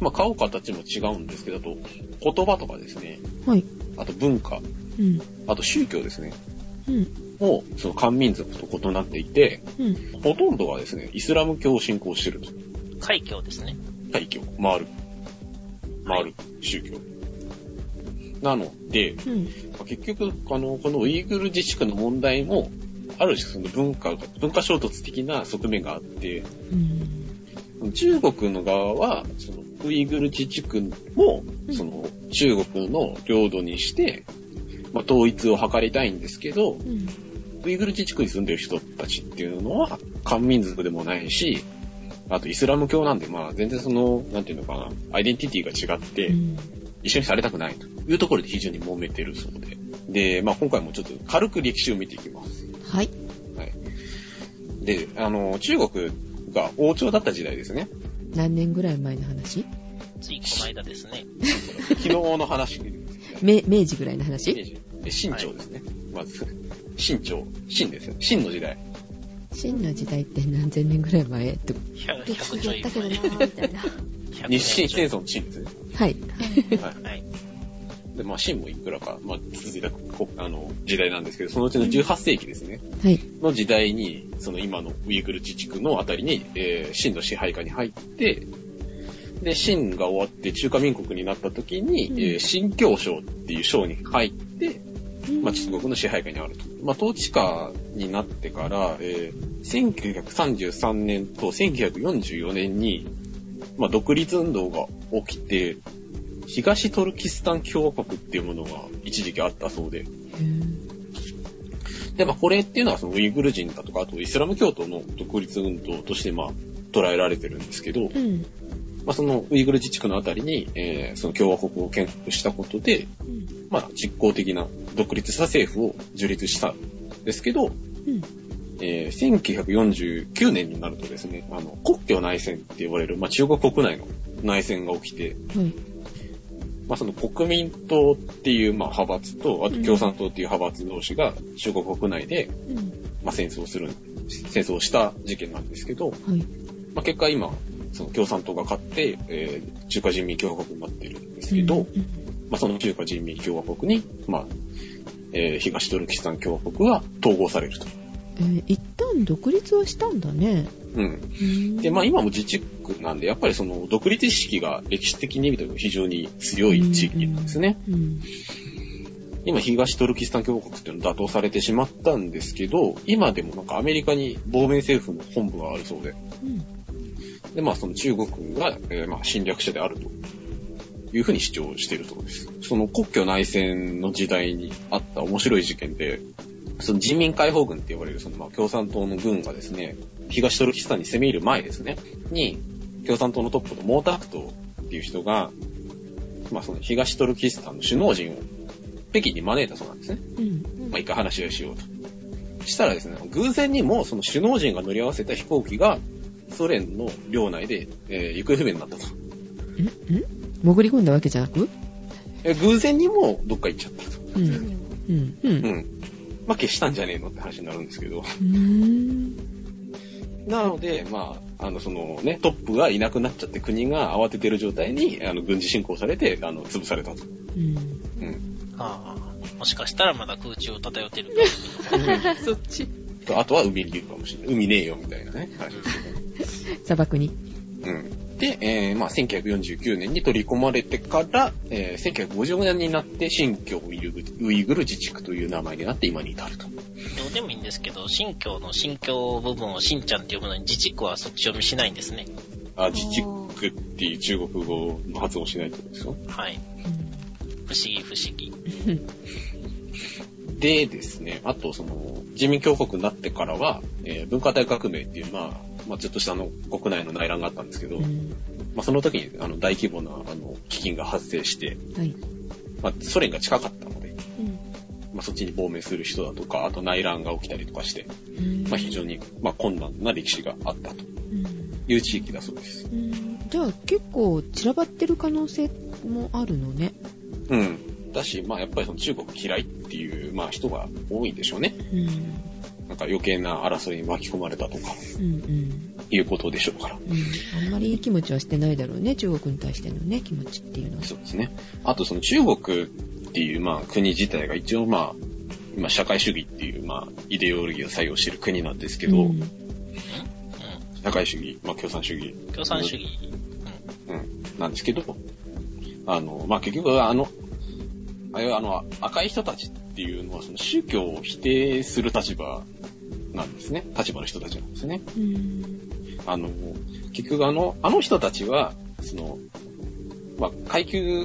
Speaker 3: まあ顔形も違うんですけど、あと言葉とかですね、
Speaker 1: はい。
Speaker 3: あと文化、
Speaker 1: うん。
Speaker 3: あと宗教ですね。
Speaker 1: うん。
Speaker 3: も、その漢民族と異なっていて、
Speaker 1: うん。
Speaker 3: ほとんどがですね、イスラム教を信仰してると。
Speaker 4: 海峡ですね。
Speaker 3: 大教、回る。回る、宗教。なので、
Speaker 1: うん。
Speaker 3: まあ結局、あの、このウイグル自治区の問題も、ある種その文化が、文化衝突的な側面があって、
Speaker 1: うん。
Speaker 3: 中国の側は、そのウイグル自治区も、その中国の領土にして、まあ、統一を図りたいんですけど、
Speaker 1: うん。
Speaker 3: ウイグル自治区に住んでる人たちっていうのは、漢民族でもないし、あとイスラム教なんで、まあ全然その、なんていうのかな、アイデンティティが違って、一緒にされたくないというところで非常に揉めてるそうで。で、まあ今回もちょっと軽く歴史を見ていきます。
Speaker 1: はい。
Speaker 3: で、あの、中国が王朝だった時代ですね。
Speaker 1: 何年ぐらい前の話
Speaker 4: ついこの間ですね。
Speaker 3: 昨日の話ですね。
Speaker 1: め明治ぐらいの話
Speaker 3: で清朝ですね。まず、清朝。清ですね。清の時代。
Speaker 1: 秦の時代って何千年ぐらい前ってこ
Speaker 4: 100
Speaker 2: 歴史
Speaker 4: 100
Speaker 2: で
Speaker 4: 兆
Speaker 2: やったけ
Speaker 4: 円
Speaker 2: どな。ーみ
Speaker 4: 前
Speaker 2: た
Speaker 3: *laughs*
Speaker 2: いな。
Speaker 4: 100
Speaker 3: 日清
Speaker 4: 兆円
Speaker 3: 戦争の清ですね。
Speaker 1: とはい。
Speaker 3: はい。
Speaker 4: はい。
Speaker 3: で、まあ、秦もいくらか、まあ、続いたこあの時代なんですけど、そのうちの18世紀ですね、
Speaker 1: はい。
Speaker 3: の時代に、その今のウイグル自治区のあたりに、えー、秦の支配下に入って、で、秦が終わって中華民国になった時に、
Speaker 1: うん
Speaker 3: えー秦教省っていう省に入って、まあ、中国の支配下にあると。まあ、統治下になってから、えー、1933年と1944年に、まあ、独立運動が起きて、東トルキスタン共和国っていうものが一時期あったそうで。で、まあ、これっていうのはそのウイグル人だとか、あとイスラム教徒の独立運動として、まあ、捉えられてるんですけど、
Speaker 1: うん。
Speaker 3: まあ、そのウイグル自治区のあたりに、えーその共和国を建国したことで、
Speaker 1: うん
Speaker 3: まあ、実効的な独立した政府を樹立したんですけど、
Speaker 1: うん。
Speaker 3: えー1949年になるとですね、あの、国境内戦って呼ばれる、まあ、中国国内の内戦が起きて、
Speaker 1: はい。
Speaker 3: まあ、その国民党っていう、まあ、派閥と、あと共産党っていう派閥同士が中国国内で、
Speaker 1: うん。
Speaker 3: まあ、戦争をする、戦争をした事件なんですけど、
Speaker 1: はい。
Speaker 3: まあ、結果今、その共産党が勝って、えー中華人民共和国になってるんですけど、
Speaker 1: うん
Speaker 3: まあ、その中華人民共和国に、まあ、ええー東ドルキスタン共和国は統合されると。
Speaker 1: えー一旦独立はしたんだね。
Speaker 3: うん。で、
Speaker 1: で
Speaker 3: まあ今も自治区なんで、やっぱりその独立意識が歴史的に見ても非常に強い地域なんですね。
Speaker 1: うん。
Speaker 3: 今東トルキスタン共和国っていうのは打倒されてしまったんですけど、今でもなんかアメリカに亡命政府の本部があるそうで、
Speaker 1: うん
Speaker 3: で、まあその中国が、えーまあ侵略者であるというふうに主張しているそうです。その国境内戦の時代にあった面白い事件で、その人民解放軍って呼ばれるそのまあ共産党の軍がですね、東トルキスタンに攻め入る前ですね、に共産党のトップの毛沢東っていう人が、まあその東トルキスタンの首脳陣を北京に招いたそうなんですね。
Speaker 1: うん。
Speaker 3: まあ、一回話し合いしようと。したらですね、偶然にもその首脳陣が乗り合わせた飛行機が、ソ連の領内で、えー行方不明になった
Speaker 1: ん
Speaker 3: と。
Speaker 1: ん潜り込んだわけじゃなく
Speaker 3: えー偶然にもどっか行っちゃったと。
Speaker 1: う。
Speaker 2: うん
Speaker 1: う
Speaker 2: ん
Speaker 1: ん。うん。
Speaker 3: う。
Speaker 1: うん
Speaker 3: まあ、消したんじゃねえのって話になるんですけど。
Speaker 1: ーん。
Speaker 3: なので、まあ、あの、そのね、トップがいなくなっちゃって国が慌ててる状態に、あの、軍事侵攻されて、あの、潰されたと。
Speaker 1: うん。
Speaker 3: うん。
Speaker 4: ああ、もしかしたらまだ空中を漂ってるかもし
Speaker 1: そっち。
Speaker 3: とあとは海にいるかもしれない。海ねえよ、みたいなね。話ですけど。
Speaker 1: 砂漠に。
Speaker 3: うんで、えーまあ、1949年に取り込まれてから、えー1950年になって新疆ウイグルウイグル自治区という名前になって今に至ると。
Speaker 4: どうでもいいんですけど、新教の新教部分を新ちゃんって呼ぶのに自治区はそっち読みしないんですね。
Speaker 3: あ、自治区っていう中国語の発音しないってことですよ。
Speaker 4: はい。不思議不思議。
Speaker 3: でですね、あとその、人民共和国になってからは、えー文化大革命っていう、まあ、まあ、ちょっとしたあの、国内の内乱があったんですけど、
Speaker 1: う
Speaker 3: ま
Speaker 1: ん。
Speaker 3: あ、その時にあの、大規模な、あの、飢饉が発生して、
Speaker 1: はい。
Speaker 3: まあ、ソ連が近かったので、
Speaker 2: うん
Speaker 3: まあ、そっちに亡命する人だとか、あと内乱が起きたりとかして、
Speaker 1: うん
Speaker 3: まあ、非常に、まあ、困難な歴史があったと
Speaker 1: うん
Speaker 3: いう地域だそうです。
Speaker 2: うん
Speaker 1: じゃあ結構散らばってる可能性もあるのね。
Speaker 3: うん。だし、まあ、やっぱりその中国嫌いっていう、まあ、人が多いんでしょうね。
Speaker 1: うん。
Speaker 3: なんか余計な争いに巻き込まれたとか、
Speaker 1: うんうん。
Speaker 3: いうことでしょうから。
Speaker 1: うん、あんまりいい気持ちはしてないだろうね、中国に対してのね、気持ちっていうのは。
Speaker 3: そうですね。あと、その中国っていう、まあ、国自体が一応、まあ、今、社会主義っていう、まあ、イデオロギーを採用している国なんですけど、
Speaker 1: うん
Speaker 4: う
Speaker 3: 社会主義、まあ、共産主義、
Speaker 4: ん。共産主義。
Speaker 3: うん、なんですけど、あの、まあ、結局はあの、あれはあの、赤い人たちっていうのは、その宗教を否定する立場なんですね。立場の人たちなんですね。
Speaker 1: うん。
Speaker 3: あの、結局あの、あの人たちは、その、まあ、階級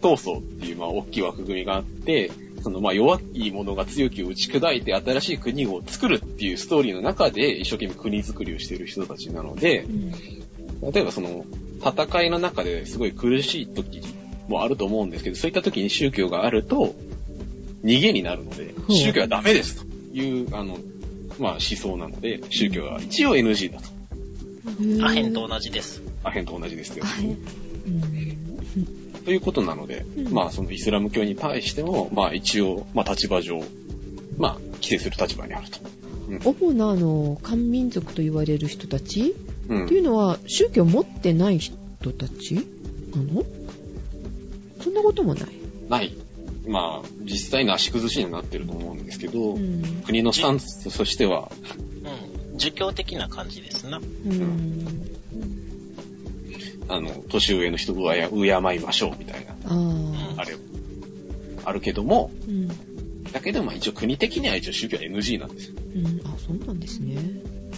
Speaker 3: 闘争っていう、まあ、大きい枠組みがあって、その、まあ、弱い者が強きを打ち砕いて新しい国を作るっていうストーリーの中で、一生懸命国づくりをしている人たちなので、
Speaker 1: うん。
Speaker 3: 例えばその、戦いの中ですごい苦しい時もあると思うんですけど、そういった時に宗教があると、逃げになるので、
Speaker 1: うん
Speaker 3: 宗教はダメですという、あの、まあ思想なので、宗教は一応 NG だと。
Speaker 4: アヘンと同じです。
Speaker 3: アヘンと同じですけど。
Speaker 1: うん。
Speaker 3: ということなので、
Speaker 1: うん
Speaker 3: まあそのイスラム教に対しても、まあ一応、まあ立場上、まあ規制する立場にあると。
Speaker 1: 主なあの、漢民族と言われる人たち
Speaker 3: う
Speaker 1: とい
Speaker 3: ん。
Speaker 1: うのは、宗教を持ってない人たちなのそんなこともない。
Speaker 3: ない。まあ実際の足崩しになってると思うんですけど、
Speaker 1: うん。
Speaker 3: 国のスタンスとしては、
Speaker 4: うん。儒教的な感じですな。
Speaker 1: うん。
Speaker 3: あの、年上の人をあや敬いましょうみたいな、
Speaker 1: ああ。
Speaker 3: あれ、あるけども、
Speaker 1: うん。
Speaker 3: だけど、まあ一応国的には一応宗教は NG なんですよ。
Speaker 1: うん。あ、そうなんですね。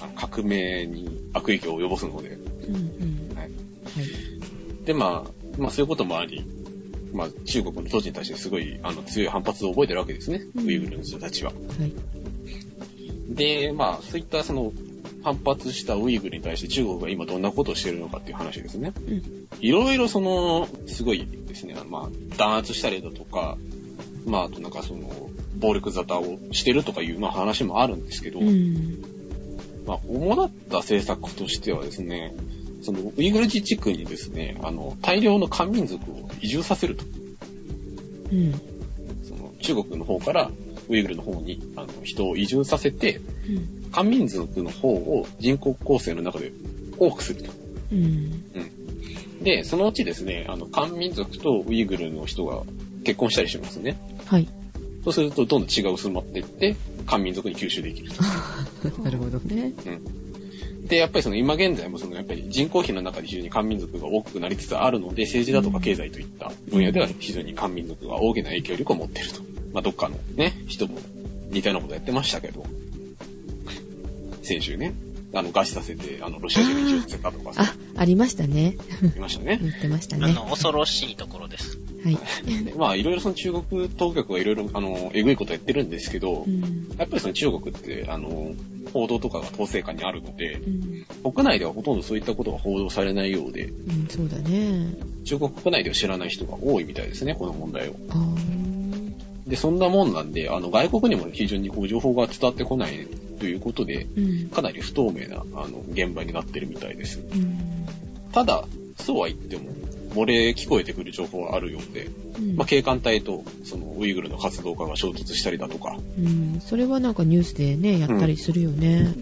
Speaker 3: あの革命に悪影響を及ぼすので。
Speaker 1: うんうん。
Speaker 3: はい。
Speaker 1: はい。
Speaker 3: で、まあ、まあそういうこともあり、まあ中国の当時に対してすごい、あの、強い反発を覚えてるわけですね。
Speaker 1: うん
Speaker 3: ウイグルの人たちは。
Speaker 1: はい。
Speaker 3: で、まあそういったその、反発したウイグルに対して中国が今どんなことをしてるのかっていう話ですね。
Speaker 1: うん。
Speaker 3: いろいろその、すごいですね、まあ、弾圧したりだとか、まあ、あとなんかその、暴力沙汰をしてるとかいう、まあ話もあるんですけど、
Speaker 1: うん。
Speaker 3: まあ、主だった政策としてはですね、その、ウイグル自治区にですね、あの、大量の漢民族を移住させると。
Speaker 1: うん。
Speaker 3: その、中国の方から、ウイグルの方に、あの、人を移住させて、
Speaker 1: うん
Speaker 3: 漢民族の方を人口構成の中で多くすると。
Speaker 1: うん。
Speaker 3: で、そ *laughs* のうちですね、あの、漢民族とウイグルの人が結婚したりしますね。
Speaker 1: はい。
Speaker 3: そうするとどんどん血が薄まっていって、漢民族に吸収できると。
Speaker 1: なるほどね。
Speaker 3: で、やっぱりその今現在もそのやっぱり人口比の中で非常に漢民族が多くなりつつあるので、政治だとか経済といった分野では非常に漢民族が大きな影響力を持っていると。まあ、どっかのね、人も似たようなことやってましたけど、先週ね、あの、餓死させて、あの、ロシア人に移住させたとか
Speaker 1: あ
Speaker 3: さ、、
Speaker 1: ありましたね。
Speaker 3: いましたね。
Speaker 1: 言ってました
Speaker 4: あ
Speaker 1: ね。
Speaker 4: の、恐ろしいところです。
Speaker 1: はい。
Speaker 3: でまあ、いろいろその中国当局はいろいろ、あの、えぐいことやってるんですけど
Speaker 1: う、ん。
Speaker 3: やっぱりその中国って、あの、報道とかが統制下にあるので
Speaker 1: う、ん。
Speaker 3: 国内ではほとんどそういったことが報道されないようで、
Speaker 1: うんそうだね。
Speaker 3: 中国国内では知らない人が多いみたいですね、この問題を。
Speaker 1: あー
Speaker 3: で、そんなもんなんで、あの、外国にも非常にこう情報が伝わってこないということで、
Speaker 1: うん。
Speaker 3: かなり不透明な、あの、現場になってるみたいです。
Speaker 1: うん。
Speaker 3: ただ、そうは言っても、漏れ聞こえてくる情報はあるようで、
Speaker 1: うん
Speaker 3: まあ、警官隊と、その、ウイグルの活動家が衝突したりだとか、
Speaker 1: うん。それはなんかニュースでね、やったりするよね。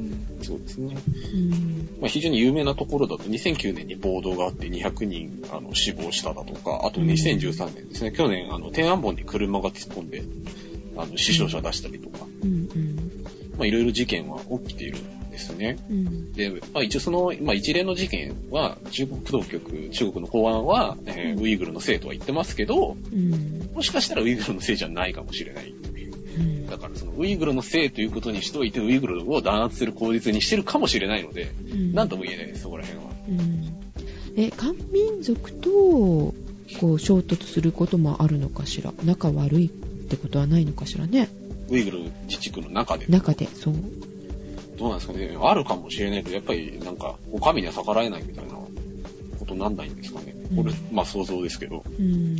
Speaker 3: そうですね。
Speaker 1: うん。
Speaker 3: まあ、非常に有名なところだと2009年に暴動があって200人あの死亡しただとか、あと
Speaker 1: うん
Speaker 3: 2013年ですね、去年あの天安門に車が突っ込んであの死傷者出したりとか、
Speaker 1: うん。うん。
Speaker 3: まあ、いろいろ事件は起きているんですね。
Speaker 1: うん。
Speaker 3: で、まあ、一応その、まあ、一連の事件は中国当局、中国の公安は、えーウイグルのせいとは言ってますけど、
Speaker 1: うん。
Speaker 3: もしかしたらウイグルのせいじゃないかもしれないという。
Speaker 1: うん
Speaker 3: だからそのウイグルのせいということにしておいて、ウイグルを弾圧する口実にしてるかもしれないので、
Speaker 1: うん
Speaker 3: なんとも言えないです、そこら辺は。
Speaker 1: うんえ、漢民族と、こう、衝突することもあるのかしら仲悪いってことはないのかしらね
Speaker 3: ウイグル自治区の中で、
Speaker 1: 中で、そう。
Speaker 3: どうなんですかね、あるかもしれないけど、やっぱりなんか、お上には逆らえないみたいなことなんないんですかね。これ
Speaker 1: う、
Speaker 3: まあ想像ですけど。
Speaker 1: うん。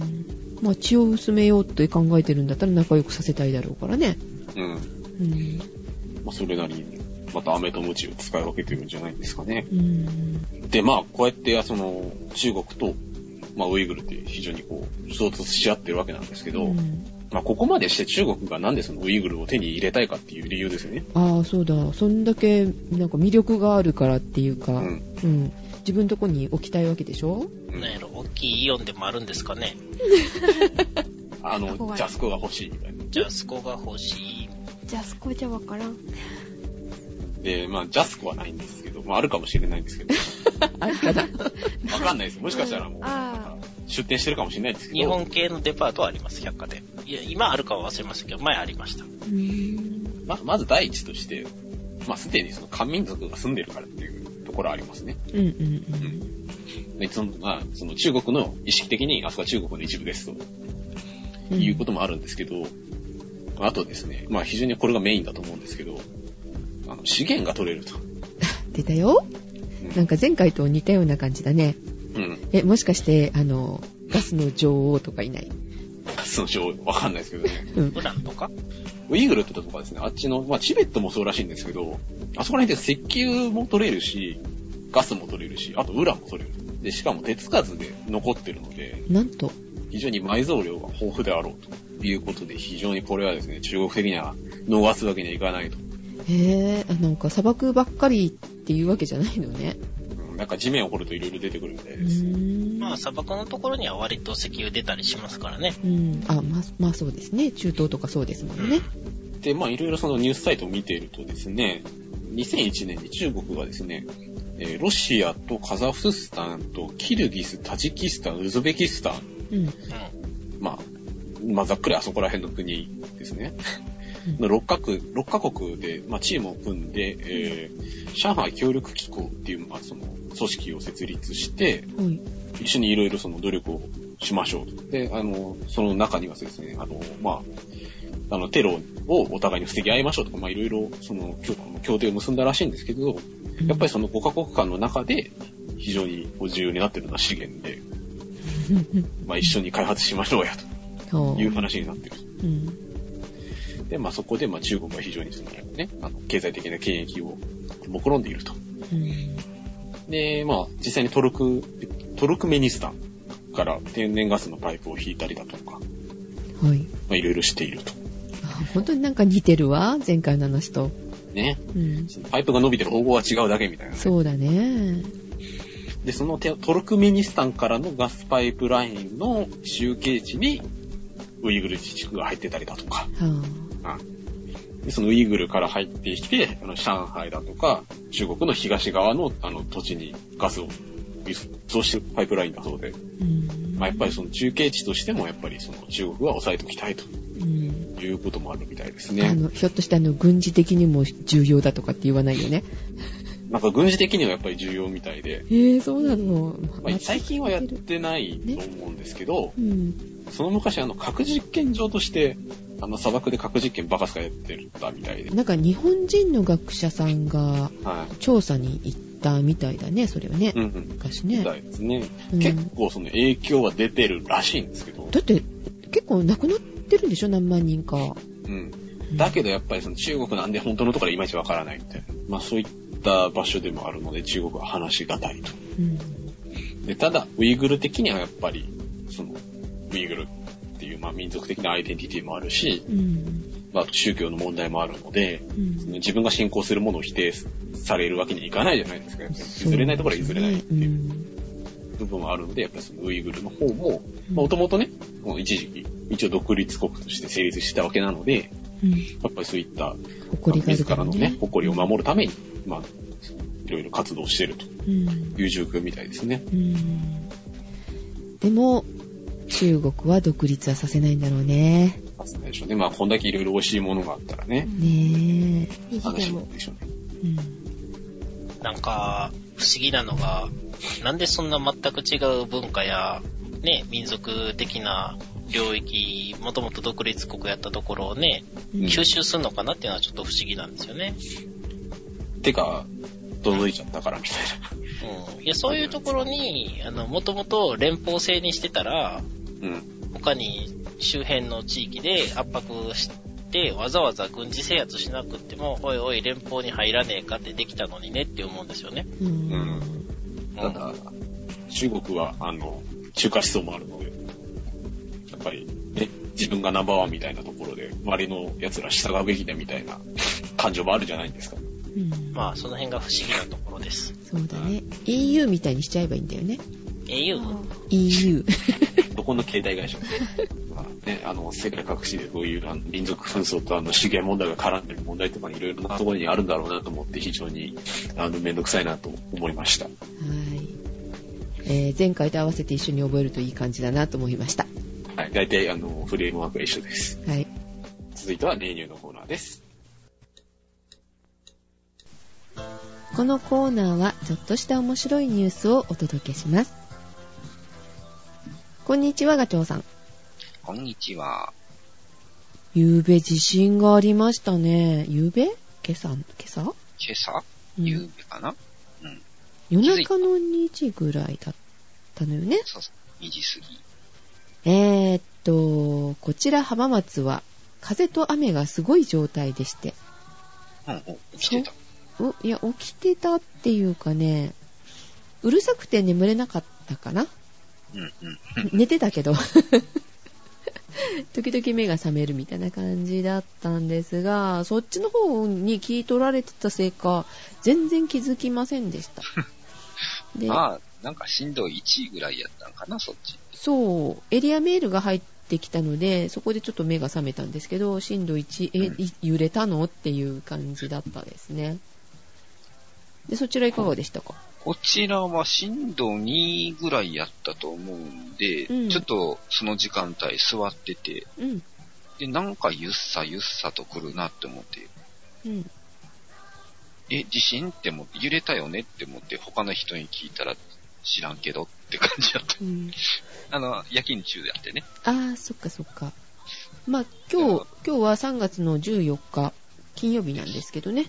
Speaker 1: まあ、血を薄めようって考えてるんだったら仲良くさせたいだろうからね。
Speaker 3: うん。
Speaker 1: うん。
Speaker 3: まあそれなりに、また飴と鞭を使い分けてるんじゃないですかね。
Speaker 1: うん。
Speaker 3: で、まあこうやって、その、中国と、まあウイグルって非常にこう、衝突し合ってるわけなんですけど、
Speaker 1: うん
Speaker 3: まあここまでして中国がなんでそのウイグルを手に入れたいかっていう理由ですよね。
Speaker 1: ああ、そうだ。そんだけ、なんか魅力があるからっていう
Speaker 3: う
Speaker 1: か、うん。
Speaker 3: ん。
Speaker 1: 自分とこに置きたいわけでしょ
Speaker 3: うん
Speaker 4: なんやろ、大きいイオンでもあるんですかね。
Speaker 3: あ
Speaker 2: 憧
Speaker 3: の、
Speaker 2: れ
Speaker 3: ジャスコが欲しいみたいな。
Speaker 4: じゃあ、そこが欲しい。
Speaker 2: じゃあそこじゃわからん。
Speaker 3: で、まあジャスコはないんですけど、まああるかもしれないんですけど、
Speaker 1: あるか *laughs* な
Speaker 3: わかんないです。もしかしたらもう、
Speaker 2: うんあ
Speaker 3: 出店してるかもしれないですけど、
Speaker 4: 日本系のデパートはあります、百貨店。いや、今あるかは忘れましたけど、前ありました。
Speaker 1: うん。
Speaker 3: ままず第一として、まあ、すでにその漢民族が住んでるからっていうところはありますね。
Speaker 1: うんうん
Speaker 3: で、その、まあ、その中国の意識的に、あそこは中国の一部です
Speaker 1: う
Speaker 3: と
Speaker 1: ん。
Speaker 3: いうこともあるんですけど、あとですね、まあ非常にこれがメインだと思うんですけど、あの、資源が取れると。
Speaker 1: 出たよ。
Speaker 3: うん
Speaker 1: なんか前回と似たような感じだね。
Speaker 3: うん。
Speaker 1: え、もしかして、あの、ガスの女王とかいない。
Speaker 3: その情報わかんないですけどね。
Speaker 1: うん
Speaker 4: ウ。ランとか
Speaker 3: ウイグルってとこはですね、あっちの、まあチベットもそうらしいんですけど、あそこら辺で石油も取れるし、ガスも取れるし、あとウランも取れる。で、しかも手つかずで残ってるので、
Speaker 1: なんと。
Speaker 3: 非常に埋蔵量が豊富であろうということで、非常にこれはですね、中国的には逃すわけにはいかないと。
Speaker 1: へえ、あなんか砂漠ばっかりっていうわけじゃないのね。
Speaker 3: うんなんか地面を掘るといろいろ出てくるみたいうです。
Speaker 1: ーん。
Speaker 4: まあ、砂漠のところには割と石油出たりしますからね。
Speaker 1: うん。あ、まあ、まあそうですね。中東とかそうですもんね。
Speaker 3: で、まあいろいろそのニュースサイトを見ているとですね、2001年に中国がですね、えーロシアとカザフスタンとキルギス、タジキスタン、ウズベキスタン、
Speaker 1: うん。
Speaker 4: うん。
Speaker 3: まあ、まあざっくりあそこら辺の国ですね。の6カ国、6カ国で、まあ、チームを組んで、えー上海協力機構っていう、まあ、その、組織を設立して、
Speaker 1: はい。
Speaker 3: 一緒にいろいろその努力をしましょうと。で、あの、その中にはですね、あの、まあ、あの、テロをお互いに防ぎ合いましょうとか、まあ、いろいろ、その、協協定を結んだらしいんですけど、やっぱりその5カ国間の中で、非常にこう重要になってるのは資源で、
Speaker 1: り、
Speaker 3: まあ、一緒に開発しましょうや、
Speaker 1: そ
Speaker 3: という話になってる。
Speaker 1: うん。
Speaker 3: で、まあ、そこで、まあ、中国は非常にその、ね、あの、経済的な権益を目論んでいると。
Speaker 1: うん。
Speaker 3: で、まあ、実際にトルク、トルクメニスタンから天然ガスのパイプを引いたりだとか、
Speaker 1: はい。
Speaker 3: まあ、いろいろしていると。
Speaker 1: あ本当になんか似てるわ。前回の話と。
Speaker 3: ね。
Speaker 1: うん。
Speaker 3: そのパイプが伸びてる方向は違うだけみたいな。
Speaker 1: そうだね。
Speaker 3: で、そのテトルクメニスタンからのガスパイプラインの集計地に、ウイグル自治区が入ってたりだとか、
Speaker 1: は
Speaker 3: でそのウイグルから入ってきて、あの、上海だとか、中国の東側の、あの、土地にガスを輸送してるパイプラインだそうで、
Speaker 1: あ。
Speaker 3: まあ、やっぱり
Speaker 1: そ
Speaker 3: その中継地としても、やっぱりその中国は抑えておきたいと
Speaker 1: うん。
Speaker 3: いうこともあるみたいです
Speaker 1: あ
Speaker 3: ね。
Speaker 1: の、ひょっとしてあの、軍事的にも重要だとかって言わないよね。
Speaker 3: なんか軍事的にはやっぱり重要みたいで、
Speaker 1: へえ、そうなの。
Speaker 3: まあ、最近はやってないと思うんですけど、
Speaker 1: うん。
Speaker 3: その昔あの核実験場として、あの砂漠で核実験バカスカやってたみたいで、
Speaker 1: なんか日本人の学者さんが
Speaker 3: は
Speaker 1: 調査に行ったみたいだね、それはね
Speaker 3: い。。うんうん。
Speaker 1: 昔
Speaker 3: み
Speaker 1: ね。
Speaker 3: たいですね。
Speaker 1: うん
Speaker 3: 結構その影響は出てるらしいんですけど、
Speaker 1: だって、結構亡くなってるんでしょ何万人か。
Speaker 3: うん。だけどやっぱりその中国なんで本当のところはいまいちわからないみたいな。まあそういった場所でもあるので中国は話し難いと。
Speaker 1: うん。
Speaker 3: で、ただ、ウイグル的にはやっぱり、その、ウイグルっていう、まあ民族的なアイデンティティもあるし、
Speaker 1: うん。
Speaker 3: まあ宗教の問題もあるので、
Speaker 1: うん
Speaker 3: その自分が信仰するものを否定されるわけにいかないじゃないですか。やっぱり譲れないところは譲れないっていう
Speaker 1: うん
Speaker 3: 部分はあるので、やっぱりそのウイグルの方も、もともとね、この一時期、一応独立国として成立してたわけなので、
Speaker 1: うん
Speaker 3: やっぱりそういった、
Speaker 1: 誇りがある
Speaker 3: 自
Speaker 1: からら
Speaker 3: の
Speaker 1: ね
Speaker 3: ね、。誇りを守るために、まあ、いろいろ活動してると
Speaker 1: うん
Speaker 3: いう状況みたいですね。
Speaker 1: うんでも、中国は独立はさせないんだろうね。
Speaker 3: そうでしょうね。まあ、こんだけいろいろ美味しいものがあったらね、
Speaker 1: ね
Speaker 2: 意地で
Speaker 3: 話
Speaker 2: も
Speaker 3: も。でしょうね。
Speaker 1: え。うん
Speaker 4: なんか、不思議なのが、なんでそんな全く違う文化や、ね、民族的な領域、もともと独立国やったところをね、
Speaker 1: うん
Speaker 4: 吸収するのかなっていうのはちょっと不思議なんですよね。
Speaker 3: てか、届いちゃったからみたい
Speaker 4: うん。いや、そういうところに、あの、もともと連邦制にしてたら、
Speaker 3: な。うん。
Speaker 4: 他に周辺の地域で圧迫して、わざわざ軍事制圧しなくっても、おいおい連邦に入らねえかってできたのにねって思うんですよね。
Speaker 1: うん
Speaker 3: ただ、中国は、あの、中華思想もあるので、やっぱり、ね、自分がナンバーワンみたいなところで、周りの奴ら従うべきだみたいな感情もあるじゃないですか。
Speaker 1: うん
Speaker 4: まあ、その辺が不思議なところです。
Speaker 1: そうだね。EU みたいにしちゃえばいいんだよね。
Speaker 4: au?
Speaker 3: *laughs*
Speaker 1: EU。
Speaker 3: どこの携帯会社
Speaker 5: *laughs*
Speaker 3: も、まあね、あの、世界各地でこういうあの民族紛争とあの資源問題が絡んでる問題とかいろいろなところにあるんだろうなと思って非常に、あの、めんどくさいなと思いました。
Speaker 1: はい。えー前回と合わせて一緒に覚えるといい感じだなと思いました。
Speaker 3: はい。大体、あの、フレームワークが一緒です。
Speaker 1: はい。
Speaker 3: 続いては、例乳のコーナーです。
Speaker 1: このコーナーはちょっとした面白いニュースをお届けします。こんにちは、ガチョウさん。
Speaker 5: こんにちは。
Speaker 1: 昨べ地震がありましたね。昨べ今朝今朝、
Speaker 5: 今朝
Speaker 1: うん
Speaker 5: 夕べかな
Speaker 1: 夜中の2時ぐらいだったのよね。
Speaker 5: そうそう。2時過ぎ。
Speaker 1: えー、っと、こちら浜松は風と雨がすごい状態でして、
Speaker 5: うん、お起きてた。
Speaker 1: おいや、起きてたっていうかね、うるさくて眠れなかったかな。
Speaker 5: うん、うん。
Speaker 1: *laughs* 寝てたけど。時々目が覚めるみたいな感じだったんですが、そっちの方に聞い取られてたせいか、全然気づきませんでした。で、
Speaker 5: まあ、なんか震度1ぐらいやったんかな、そっち。
Speaker 1: そう、エリアメールが入ってきたので、そこでちょっと目が覚めたんですけど、震度1、え、
Speaker 5: うん
Speaker 1: い揺れたのっていう感じだったですね。で、そちらいかがでしたか
Speaker 5: こちらは震度2ぐらいやったと思うんで、
Speaker 1: うん
Speaker 5: ちょっとその時間帯座ってて、
Speaker 1: うん。
Speaker 5: で、なんかゆっさゆっさと来るなって思って、
Speaker 1: うん。
Speaker 5: え、地震って思って、揺れたよねって思って、他の人に聞いたら知らんけどって感じだった。
Speaker 1: うん、
Speaker 5: あの、夜勤中であってね。
Speaker 1: ああ、そっかそっか。まあ、今日、今日は3月の14日、金曜日なんですけどね。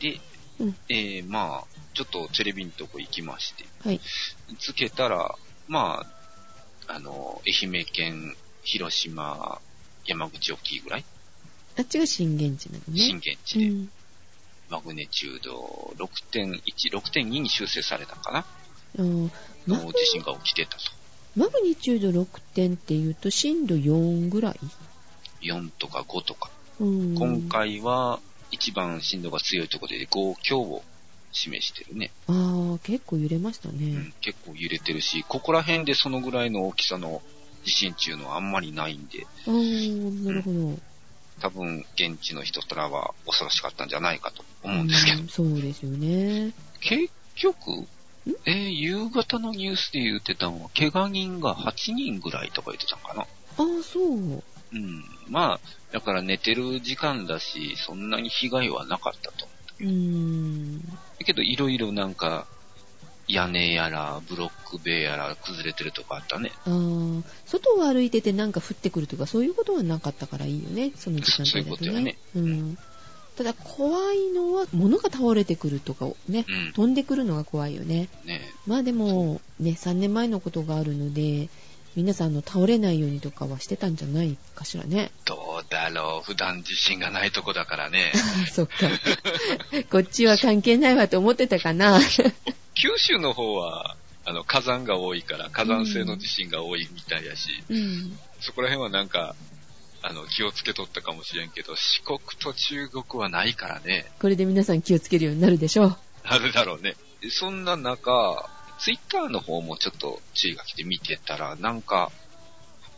Speaker 5: で、
Speaker 1: うん
Speaker 5: えーまあ、ちょっとテレビのとこ行きまして、
Speaker 1: はい
Speaker 5: つけたら、まあ、あの、愛媛県、広島、山口沖ぐらい、
Speaker 1: あっちが震源地なの
Speaker 5: 震
Speaker 1: ね。
Speaker 5: 源地
Speaker 1: う
Speaker 5: で、
Speaker 1: ん。
Speaker 5: マグネチュード6.1、6.2に修正されたかな、
Speaker 1: あのマ
Speaker 5: の
Speaker 1: グ
Speaker 5: 地震が起きてたと。
Speaker 1: マグニチュード6点っていうと震度4ぐらい、
Speaker 5: 4とか5とか。
Speaker 1: うん、
Speaker 5: 今回は、一番震度が強いところで5強を示してるね。
Speaker 1: ああ、結構揺れましたね。
Speaker 5: うん、結構揺れてるし、ここら辺でそのぐらいの大きさの
Speaker 3: 地震っていうのはあんまりないんで、
Speaker 1: あー、なるほど。
Speaker 3: 多分現地の人からは恐ろしかったんじゃないかと思うんですけど
Speaker 1: う、んそうですよね。
Speaker 3: 結局、えー夕方のニュースで言ってたのは、怪我人が8人ぐらいとか言ってたんかな。
Speaker 1: ああ、そう。
Speaker 3: うん。まあ、だから寝てる時間だし、そんなに被害はなかったと。
Speaker 1: うーん。
Speaker 3: だけど、いろいろなんか、屋根やら、ブロック塀やら、崩れてるとこあったね。
Speaker 1: あー外を歩いててなんか降ってくるとかそういうことはなかったからいいよね、その時間帯だと
Speaker 3: そういうことよ
Speaker 1: ね
Speaker 3: ね。
Speaker 1: うんただ怖いのは物が倒れてくるとかね、
Speaker 3: うん。
Speaker 1: 飛んでくるのが怖いよね。
Speaker 3: ね
Speaker 1: まあでもね、3年前のことがあるので、皆さんあの倒れないようにとかはしてたんじゃないかしらね。 *laughs*
Speaker 3: どうだろう。普段地震がないとこだか
Speaker 1: *laughs*
Speaker 3: らね。
Speaker 1: そっか。こっちは関係ないわと思ってたかな。
Speaker 3: 九州の方は、あの、火山が多いから、火山性の地震が多いみたいやし、
Speaker 1: うん。
Speaker 3: そこら辺はなんか、あの、気をつけとったかもしれんけど、四国と中国はないからね。
Speaker 1: これで皆さん気をつけるようになるでしょう。
Speaker 3: なるだろうね。そんな中、ツイッターの方もちょっと注意が来て見てたら、なんか、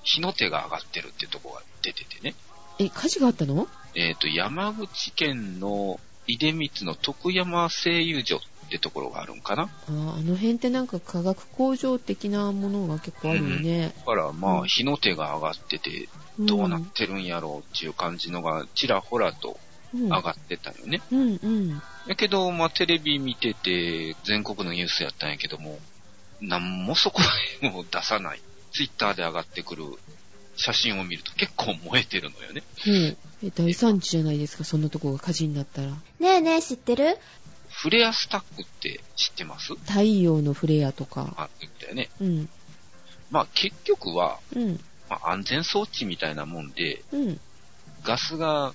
Speaker 3: 火の手が上がってるってとこが出ててね。
Speaker 1: え、火事があったの
Speaker 3: えっ、と、山口県の出光の徳山製油所ってところがあるんかな。
Speaker 1: あーあの辺ってなんか化学工場的なものが結構あるよね。
Speaker 3: だからま
Speaker 1: うん
Speaker 3: あ、火の手が上がってて、どうなってるんやろうっていう感じのがちらほらと
Speaker 1: うん
Speaker 3: 上がってたよね。
Speaker 1: うんうん。
Speaker 3: やけど、まあ、テレビ見てて、全国のニュースやったんやけども、なんもそこら辺を出さない。ツイッターで上がってくる写真を見ると結構燃えてるのよね。
Speaker 1: ほうえ大惨事じゃないですか、そんなとこが火事になったら。
Speaker 2: ねえねえ、知ってる
Speaker 3: フレアスタックって知ってます
Speaker 1: 太陽のフレアとか。
Speaker 3: あって言ったよね。
Speaker 1: うん。
Speaker 3: まあ、結局は、
Speaker 1: うん。
Speaker 3: まあ、安全装置みたいなもんで、
Speaker 1: うん。
Speaker 3: ガスが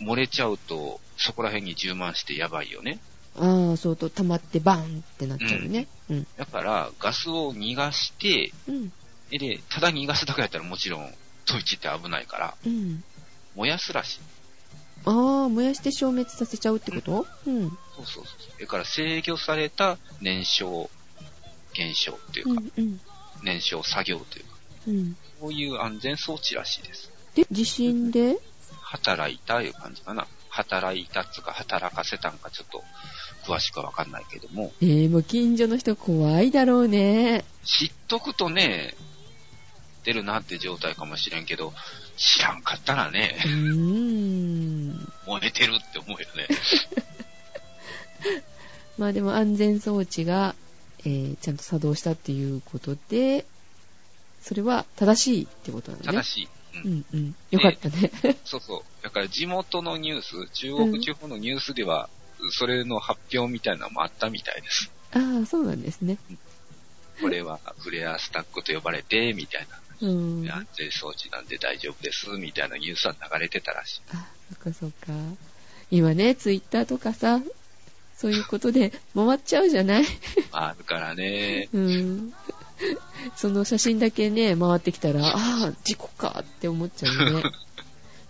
Speaker 3: 漏れちゃうと、そこら辺に充満してやばいよね。
Speaker 1: ああ、そうと、溜まってバーンってなっちゃうよね。うん。
Speaker 3: だから、ガスを逃がして、
Speaker 1: うん。
Speaker 3: で、ただ逃がすだけやったらもちろん、トイチって危ないから、
Speaker 1: うん。
Speaker 3: 燃やすらしい。
Speaker 1: ああ、燃やして消滅させちゃうってことうん。
Speaker 3: そうそうそうそう。だから制御された燃焼、現象っていううか、
Speaker 1: ん。うん。
Speaker 3: 燃焼作業というか、
Speaker 1: うん。
Speaker 3: こういう安全装置らしいです。
Speaker 1: で、地震で
Speaker 3: 働いたいう感じかな。働いたっつうか、働かせたんかちょっと詳しくはわかんないけども、
Speaker 1: えー、もう近所の人怖いだろう
Speaker 3: *laughs*
Speaker 1: ね。
Speaker 3: 知っとくとね、出るなって状態かもしれんけど、知らんかったらね
Speaker 1: う、ーん。
Speaker 3: 燃えてるって思うよね。
Speaker 1: まあでも安全装置が、えーちゃんと作動したっていうことで、それは正しいってことなのね。
Speaker 3: 正しい。
Speaker 1: う
Speaker 3: う、
Speaker 1: んんうん。よかったね。
Speaker 3: そうそう。だから地元のニュース、中国地方のニュースでは、それの発表みたいなのもあったみたいです。
Speaker 1: *laughs* ああ、そうなんですね。
Speaker 3: これはフレアスタックと呼ばれて、みたいな。
Speaker 1: うん。あ
Speaker 3: 安全装置なんで大丈夫です、みたいなニュースは流れてたらしい。
Speaker 1: そっかそっか。今ね、ツイッターとかさ、そういうことで回っちゃうじゃない
Speaker 3: あるからね。
Speaker 1: うん。 *laughs* その写真だけね、回ってきたら、ああ、事故かって思っちゃう
Speaker 3: *laughs*
Speaker 1: よね。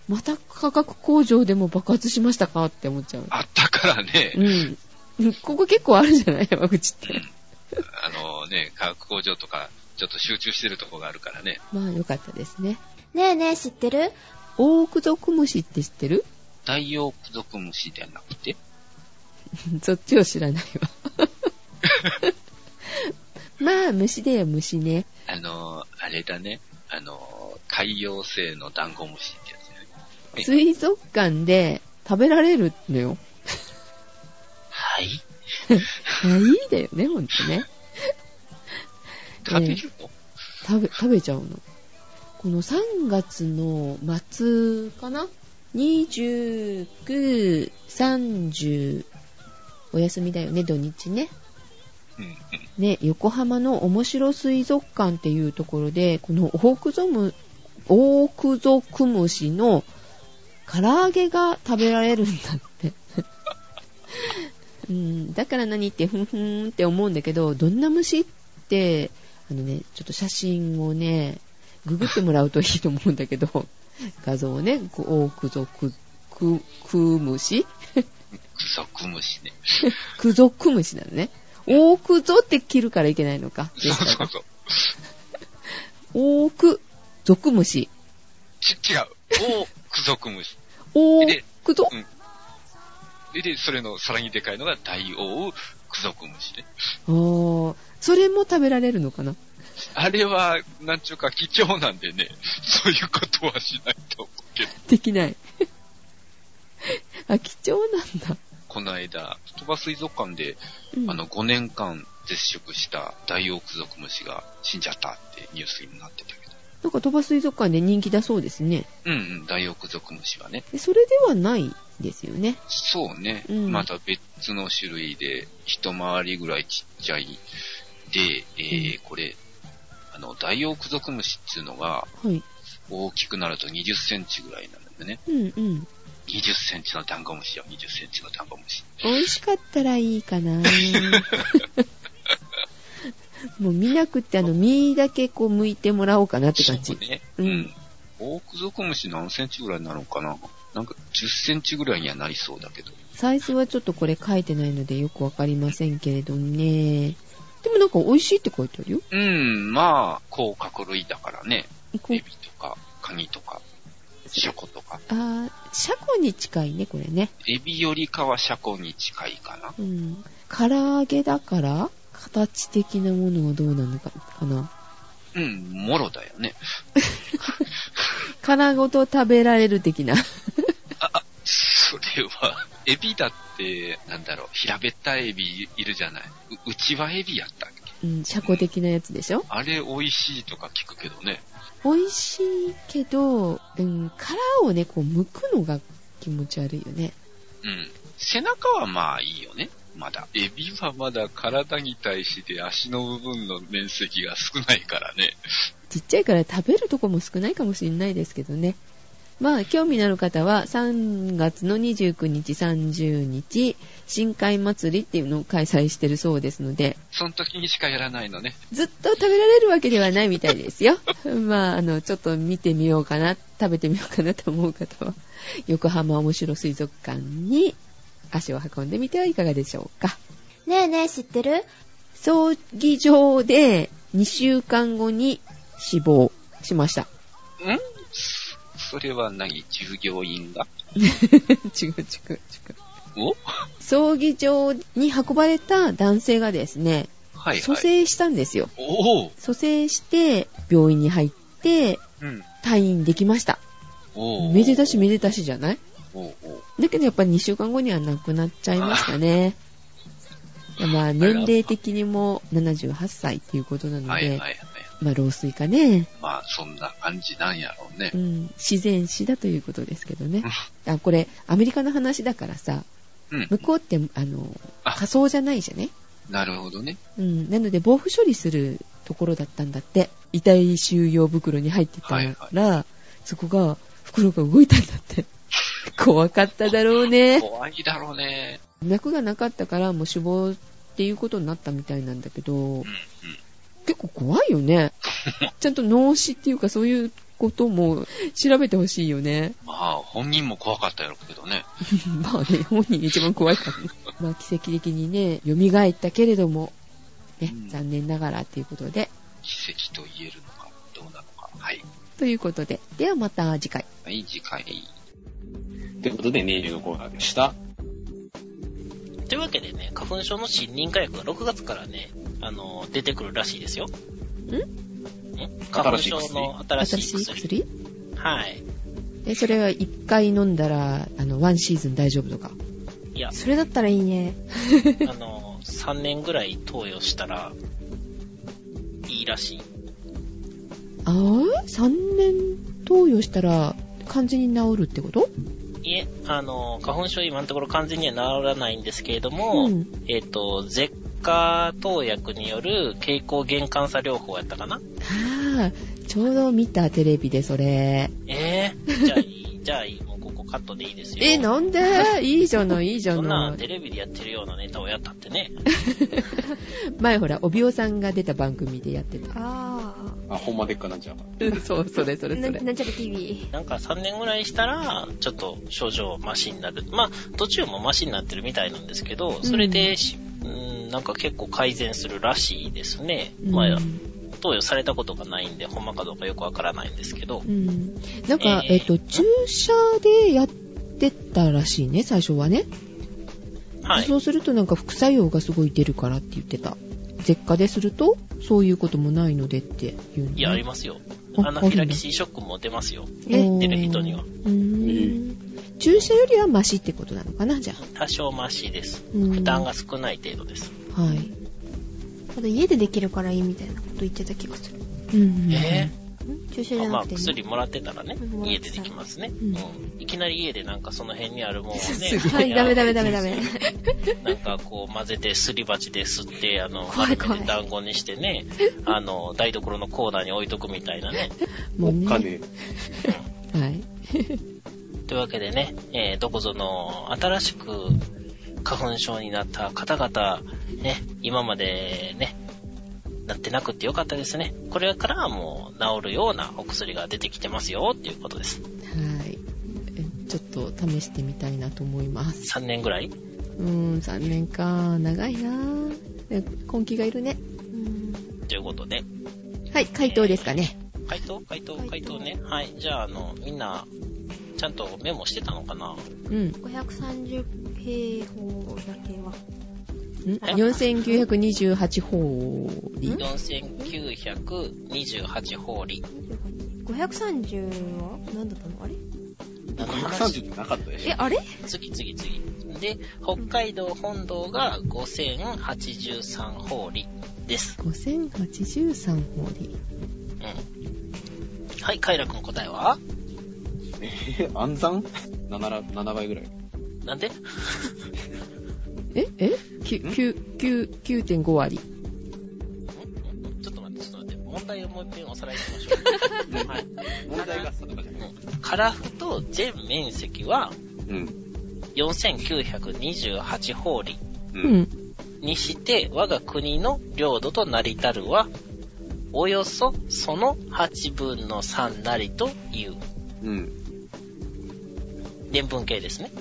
Speaker 1: また化学工場でも爆発しましたかって思っちゃう。
Speaker 3: あったからね
Speaker 1: う、ん。 *laughs* ここ結構あるじゃない山口って。
Speaker 3: あのね、化学工場とか、ちょっと集中してるとこがあるからね。
Speaker 1: まあ良かったですね。
Speaker 2: ねえねえ、知ってる
Speaker 1: オオクゾクムシって知ってる *laughs*
Speaker 3: 太陽付属虫じゃなくて、
Speaker 1: そっちを知らないわ。まあ虫だよ虫ね。
Speaker 3: あの、あれだね、あの、海洋性のダンゴムシってやつね。はい
Speaker 1: 水族館で食べられるのよ。
Speaker 3: はい
Speaker 1: いいだよね、ほんとね。
Speaker 3: 食べるの、
Speaker 1: 食べ、食べちゃうの。この3月の末かな ?29、30、お休みだよね、土日ね。
Speaker 3: うんうん。
Speaker 1: ね、横浜の面白水族館っていうところで、このオオクゾム、オオクゾクムシの唐揚げが食べられるんだって。 *laughs* うん、だから何ってふんふんって思うんだけど、どんな虫って、あのね、ちょっと写真をね、ググってもらうといいと思うんだけど、 *laughs* 画像をね、こうオオクゾク、ク、クムシ
Speaker 3: 付属虫
Speaker 1: *laughs*
Speaker 3: ね。
Speaker 1: クゾクムシなのね。オオクゾって切るからいけないのか。
Speaker 3: そうそうそう。
Speaker 1: 多く属虫。
Speaker 5: ち、違う。オオクゾクムシ。
Speaker 1: 多
Speaker 5: で
Speaker 1: くぞ
Speaker 5: うんで、それのさらにでかいのが大王クゾクムシね。
Speaker 1: あーそれも食べられるのかな
Speaker 5: あれは、なんちゅうか貴重なんでね、 *laughs* そういうことはしないと思うけど。
Speaker 1: できない。 *laughs* あ、貴重なんだ。
Speaker 5: この間、鳥羽水族館で、
Speaker 1: うん
Speaker 5: あの、5年間絶食した大王クゾクムシが死んじゃったってニュースになってたけど。
Speaker 1: なんか鳥羽水族館で人気だそうですね。
Speaker 5: うんうん、大王クゾクムシはね。
Speaker 1: でそれではないですよね。
Speaker 5: そうね。
Speaker 1: うん
Speaker 5: また別の種類で、一回りぐらいちっちゃい。で、えー、これ、あの、大王クゾクムシっていうのが、
Speaker 1: はい。
Speaker 5: 大きくなると20センチぐらいなんだよね。
Speaker 1: うんうん。
Speaker 5: 20センチのダンゴムシよ、20センチのダンゴムシ。
Speaker 1: 美味しかったらいいか *laughs* なもう見なくて、あの、身だけこう剥いてもらおうかなって感じ。
Speaker 5: そうね。
Speaker 1: う
Speaker 5: うんん。オオクゾクムシ何センチぐらいになるのかななんか10センチぐらいにはなりそうだけど。
Speaker 1: サイズはちょっとこれ書いてないのでよくわかりませんけれどね。でもなんか美味しいって書いてあるよ。
Speaker 5: うん、まあ、甲殻類だからね。
Speaker 1: こ
Speaker 5: エ
Speaker 1: う
Speaker 5: ビとか、カニとか、シャコとか。
Speaker 1: あーシャコに近いね、これね。
Speaker 5: エビよりかはシャコに近いかな。
Speaker 1: うん。唐揚げだから、形的なものはどうなのか、かな。
Speaker 5: うん、もろだよね。
Speaker 1: *laughs* 殻ごと食べられる的な。
Speaker 5: それは、エビだって、なんだろう、平べったいエビいるじゃない。う、うちはエビやったっけ
Speaker 1: うん、シャコ的なやつでしょ
Speaker 5: あれ美味しいとか聞くけどね。
Speaker 1: 美味しいけど、うん、殻をね、こう、剥くのが気持ち悪いよね。
Speaker 5: うん。背中はまあいいよね。まだ。エビはまだ体に対して足の部分の面積が少ないからね。
Speaker 1: ちっちゃいから食べるとこも少ないかもしれないですけどね。まあ、興味のある方は、3月の29日、30日、深海祭りっていうのを開催してるそうですので、
Speaker 5: その時にしかやらないのね。
Speaker 1: ずっと食べられるわけではないみたいですよ。 *laughs* まあ、あの、ちょっと見てみようかな、食べてみようかなと思う方は、 *laughs* 横浜面白水族館に足を運んでみてはいかがでしょうか。
Speaker 2: ねえねえ知ってる
Speaker 1: 葬儀場で2週間後に死亡しました。 *laughs*
Speaker 5: んそれは何従業員が
Speaker 1: 違う違う違う。
Speaker 5: お
Speaker 1: 葬儀場に運ばれた男性がですね、
Speaker 5: はい
Speaker 1: 蘇
Speaker 5: はい。
Speaker 1: 生したんですよ。
Speaker 5: おお
Speaker 1: 蘇生して病院に入って
Speaker 5: うん。
Speaker 1: 退院できました。
Speaker 5: おお
Speaker 1: めでたしめでたしじゃない
Speaker 5: おうおう
Speaker 1: だけどやっぱり2週間後には亡くなっちゃいました
Speaker 5: *laughs*
Speaker 1: ね。いやまあ年齢的にも78歳っていうことなので、
Speaker 5: はいはいはい。
Speaker 1: まあ老衰かね、
Speaker 5: まあそんな感じなんやろうね
Speaker 1: う。ん、自然死だということですけどね。あこれアメリカの話だからさ、
Speaker 5: うん。
Speaker 1: 向こうってあの
Speaker 5: あ
Speaker 1: 仮想じゃないじゃね、
Speaker 5: なるほどね。
Speaker 1: うん、なので防腐処理するところだったんだって遺体収容袋に入ってたら、
Speaker 5: はい
Speaker 1: そこが袋が動いたんだ
Speaker 5: *laughs*
Speaker 1: って怖かっただろうね
Speaker 5: 怖いだろうね。
Speaker 1: 脈がなかったからもう死亡っていうことになったみたいなんだけど
Speaker 5: うんうん。
Speaker 1: 結構怖いよ
Speaker 4: *laughs*
Speaker 1: ねちゃんと脳死っていうかそういうことも調べてほしいよ
Speaker 4: *laughs*
Speaker 1: ね
Speaker 5: まあ本人も怖かったやろうけどね。
Speaker 1: まあね本人が一番怖いから
Speaker 4: *laughs*
Speaker 1: ねまあ奇跡的にね蘇ったけれどもね
Speaker 5: うん
Speaker 1: 残念ながらっていうことで
Speaker 5: 奇跡と言えるのか、どうなのか。はい。
Speaker 1: ということでではまた次回
Speaker 5: はい、次回。
Speaker 3: ということで、ネイルのコーナーでした。
Speaker 4: というわけでね、花粉症の新認可薬が6月からね、あの、出てくるらしいですよ。ん花粉症の新しい
Speaker 1: 私
Speaker 4: 薬。
Speaker 1: 薬
Speaker 4: はい。
Speaker 1: えそれは1回飲んだらあのワンシーズン大丈夫とか
Speaker 4: いや、
Speaker 2: それだったらいいね
Speaker 4: あの、3年ぐらい投与したら、いいらしい。
Speaker 1: ああ3年投与したら完全に治るってこと
Speaker 4: いえ、あの、花粉症今のところ完全には治らないんですけれども、
Speaker 1: うん
Speaker 4: えっ、と、舌下投薬による経口減換差療法やったかな
Speaker 1: ああちょうど見たテレビでそれ
Speaker 4: えー、じゃあいい、じゃあいい、もうここカットでいいですよ。
Speaker 1: えなんでいいじゃないいいじゃ
Speaker 4: そんな
Speaker 1: なんい
Speaker 4: テレビでやってるようなネタをやったってね。
Speaker 1: 前ほらおびおさんが出た番組でやってた
Speaker 2: あ
Speaker 3: あ、ほんまでっかなんちゃうか。
Speaker 1: そうそれそ
Speaker 2: あ
Speaker 1: れ
Speaker 2: な
Speaker 1: それ
Speaker 2: なんちゃら TV
Speaker 4: なんか3年ぐらいしたら、ちょっと症状マシになる。まあ、途中もマシになってるみたいなんですけど、それでし、うん、なんか結構改善するらしいですね。
Speaker 1: うん
Speaker 4: まあ、投与されたことがないんで、ほんまかどうかよくわからないんですけど
Speaker 1: う、ん。なんか、
Speaker 4: えー
Speaker 1: えっ、と、注射でやってたらしいね、最初はね。
Speaker 4: はい。
Speaker 1: そうするとなんか副作用がすごい出るからって言ってた。舌下ですると、そういうこともないのでっていうの、ね。
Speaker 4: いや、ありますよ。
Speaker 1: あ
Speaker 4: アナフィラキシーショックも出ますよ。
Speaker 1: え
Speaker 2: ね
Speaker 4: 出る人には
Speaker 1: う。ーん。注射よりはマシってことなのかな、じゃあ。
Speaker 4: 多少マシです。
Speaker 1: 負
Speaker 4: 負担が少ない程度です。
Speaker 1: はい。
Speaker 2: あと家でできるからいいみたいなこと言ってた気がする。
Speaker 1: うん
Speaker 4: え
Speaker 2: ん注射じゃ
Speaker 4: ま
Speaker 2: な
Speaker 4: あ、
Speaker 2: くて、ね。
Speaker 4: 薬もらってたらね
Speaker 2: うん、
Speaker 4: 家でできますね。
Speaker 1: ん
Speaker 4: うん。いきなり家でなんかその辺にあるもんをね
Speaker 1: す、
Speaker 2: はい、ダメダメダメダ
Speaker 4: メ。
Speaker 2: *laughs* メ。
Speaker 4: なんかこう混ぜてすり鉢ですって、あの、
Speaker 2: 怖い怖い
Speaker 4: 丸めて団子にし
Speaker 2: *laughs*
Speaker 4: てね、あの、台所のコーナーに置いとくみたいなね。
Speaker 1: もう
Speaker 3: お
Speaker 1: ね。
Speaker 3: 金。
Speaker 1: はい。
Speaker 4: というわけでね、えーどこぞの新しく花粉症になった方々、ね、今までね、なってなくってよかったですね。これからはもう治るようなお薬が出てきてますよっていうことです。
Speaker 1: はい。えちょっと試してみたいなと思います。
Speaker 4: 3年ぐらいう
Speaker 1: ーん、残念か。長いなえ根気がいるね。
Speaker 2: うん
Speaker 4: ということで。
Speaker 1: はい、回答ですかね。
Speaker 4: 回答回答回答ね。はい。じゃあ、あの、みんな、ちゃんとメモしてたのかな
Speaker 1: うん。
Speaker 2: 530平方だけは。
Speaker 1: ん ?4928 法理。
Speaker 4: ?4928 法理。
Speaker 2: 530は何だったのあれ
Speaker 4: あの
Speaker 3: 130ってなかったでし
Speaker 2: え、あれ
Speaker 4: 次次次。で、北海道本道が5083法理です。
Speaker 1: 5083法理。
Speaker 4: うん。はい、カイラ君答えは
Speaker 3: ょ。 *laughs* 暗算 ?7 ら、7倍ぐらい。
Speaker 4: なんで
Speaker 1: ええきゅ
Speaker 3: ん
Speaker 1: きゅきゅ ?9.5 割。
Speaker 4: んちょっと待って、ちょっと待って。問題をもう一遍おさらいしましょう。はい。
Speaker 3: 問題がさとかじゃない。
Speaker 4: うん樺太と全面積は
Speaker 3: うん。
Speaker 4: 4928法理
Speaker 3: う。
Speaker 1: うんん。
Speaker 4: にして、我が国の領土となりたるは、およそその8分の3なりという、
Speaker 3: うん。
Speaker 4: 伝文系ですね。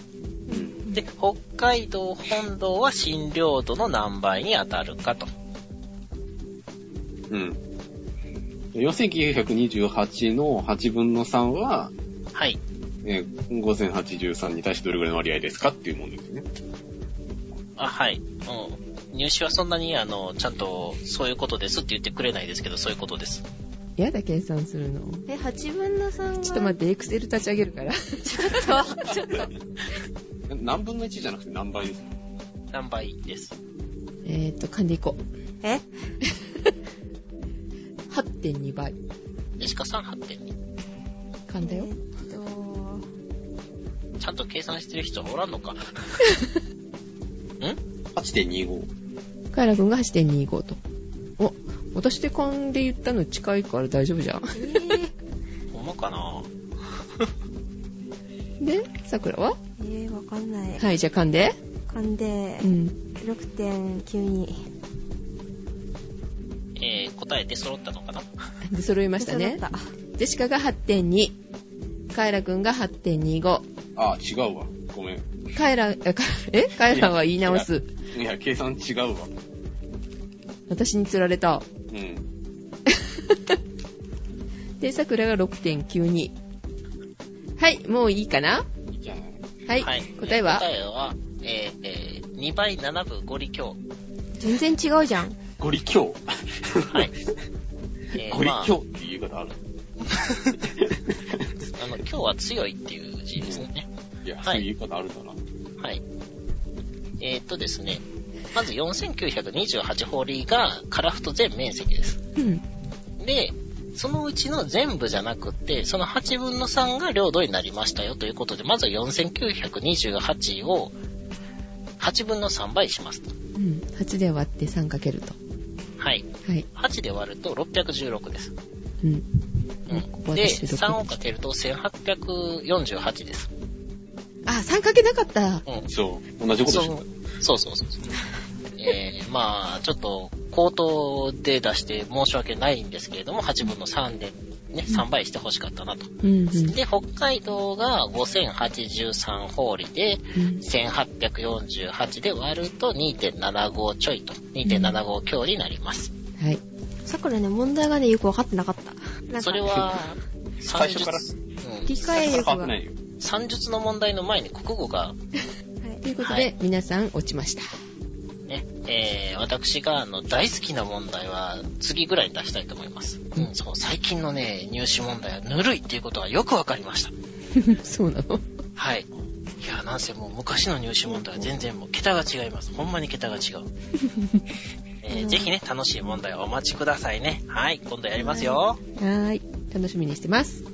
Speaker 3: うん。
Speaker 4: で、北海道本道は新領土の何倍に当たるかと。
Speaker 3: うん。4928の8分の3は、
Speaker 4: はい。
Speaker 3: えー、5083に対してどれぐらいの割合ですかっていうもんですね。
Speaker 4: あ、はい。うん。入試はそんなに、あの、ちゃんと、そういうことですって言ってくれないですけど、そういうことです。
Speaker 1: やだ、計算するの。
Speaker 2: え、8分の3が。
Speaker 1: ちょっと待って、エクセル立ち上げるから。 *laughs*
Speaker 2: ちょっと、ちょっと。
Speaker 3: 何分の1じゃなくて何倍ですか
Speaker 4: 何倍です。
Speaker 1: えーっと、噛んでいこう。
Speaker 2: え
Speaker 1: 8.2倍。
Speaker 4: で、しかさん8.2。
Speaker 1: 噛んだよ
Speaker 2: え。っと、
Speaker 4: ちゃんと計算してる人はおらんのか。ん
Speaker 3: ?8.25。
Speaker 1: カイラ君が8.25と。お、私で勘で言ったの近いから大丈夫じゃ。
Speaker 2: えー、
Speaker 4: ほんまかなん
Speaker 1: で、桜は
Speaker 2: えー、わかんない。
Speaker 1: はい、じゃあ勘で。
Speaker 2: 噛んで
Speaker 1: う、ん。
Speaker 2: 6.92。
Speaker 4: えー、答え出揃ったのかな
Speaker 1: で、揃いましたね。
Speaker 2: 嘘だった
Speaker 1: ジェシカが8.2。カイラ君が8.25。
Speaker 3: ああ、違うわ。ごめん。
Speaker 1: カイラ、え、かえカイラは言い直す。
Speaker 3: いや、計算違うわ。
Speaker 1: 私に釣られた。 *laughs*
Speaker 3: うん。
Speaker 1: で、桜が6.92。はい、もういいかない
Speaker 3: いじゃない。
Speaker 1: はい。答えは
Speaker 4: 答えは、えー、えー、2倍7分5利強。
Speaker 2: 全然違うじゃん。
Speaker 3: ゴリ強。 *laughs*
Speaker 4: はい。え
Speaker 3: ゴリ
Speaker 4: まあ
Speaker 3: 強っていう言い
Speaker 4: *laughs*
Speaker 3: 方ある。
Speaker 4: あの、今日は強いっていう字ですね。
Speaker 3: いや、そ
Speaker 4: は
Speaker 3: う
Speaker 4: い
Speaker 3: いう言い方あるんだな。
Speaker 4: はい。えー、っとですね、まず4928法理が樺太全面積です。
Speaker 1: うん。
Speaker 4: で、そのうちの全部じゃなくって、その8分の3が領土になりましたよということで、まずは4928を8分の3倍しますと。
Speaker 1: うん。8で割って3かけると。
Speaker 4: はい。
Speaker 1: はい。
Speaker 4: 8で割ると616です。
Speaker 1: うん。
Speaker 4: う
Speaker 1: こ
Speaker 4: ん。
Speaker 1: こは
Speaker 4: で、
Speaker 1: 私で
Speaker 4: 3をかけると1848です。
Speaker 1: あ、3かけなかった。
Speaker 4: うん。
Speaker 3: そう。同じことでしょ。
Speaker 4: そうそうそうそう。えー、まあ、ちょっと、口頭で出して申し訳ないんですけれども、8分の3で、ね、3倍してほしかったなと。
Speaker 1: うん、うん。
Speaker 4: で、北海道が5083法理で、
Speaker 1: うん
Speaker 4: 1848で割ると2.75ちょいと、2.75強になります。
Speaker 1: はい。
Speaker 2: さくらね、問題がね、よく分かってなかった。なんか
Speaker 4: それは、算
Speaker 6: 最初
Speaker 4: 術
Speaker 6: から
Speaker 4: うん
Speaker 2: 理解
Speaker 6: 変わ
Speaker 2: 力が。
Speaker 6: って
Speaker 2: は。
Speaker 6: ないいよ。
Speaker 4: 算術の問題の前に国語が、
Speaker 1: ということ
Speaker 4: は
Speaker 1: で、皆さん落ちました。 *laughs*
Speaker 4: ね、えー、私があの大好きな問題は次ぐらいに出したいと思います。
Speaker 1: うん
Speaker 4: うん、そう、最近のね、入試問題はぬるいっていうことはよくわかりました。
Speaker 1: そうなの
Speaker 4: はい。いや、なんせもう昔の入試問題は全然もう桁が違います。ほんまに桁が違う。えーぜひね、楽しい問題をお待ちくださいね。はい、今度やりますよ。
Speaker 1: はーい。楽しみにしてます。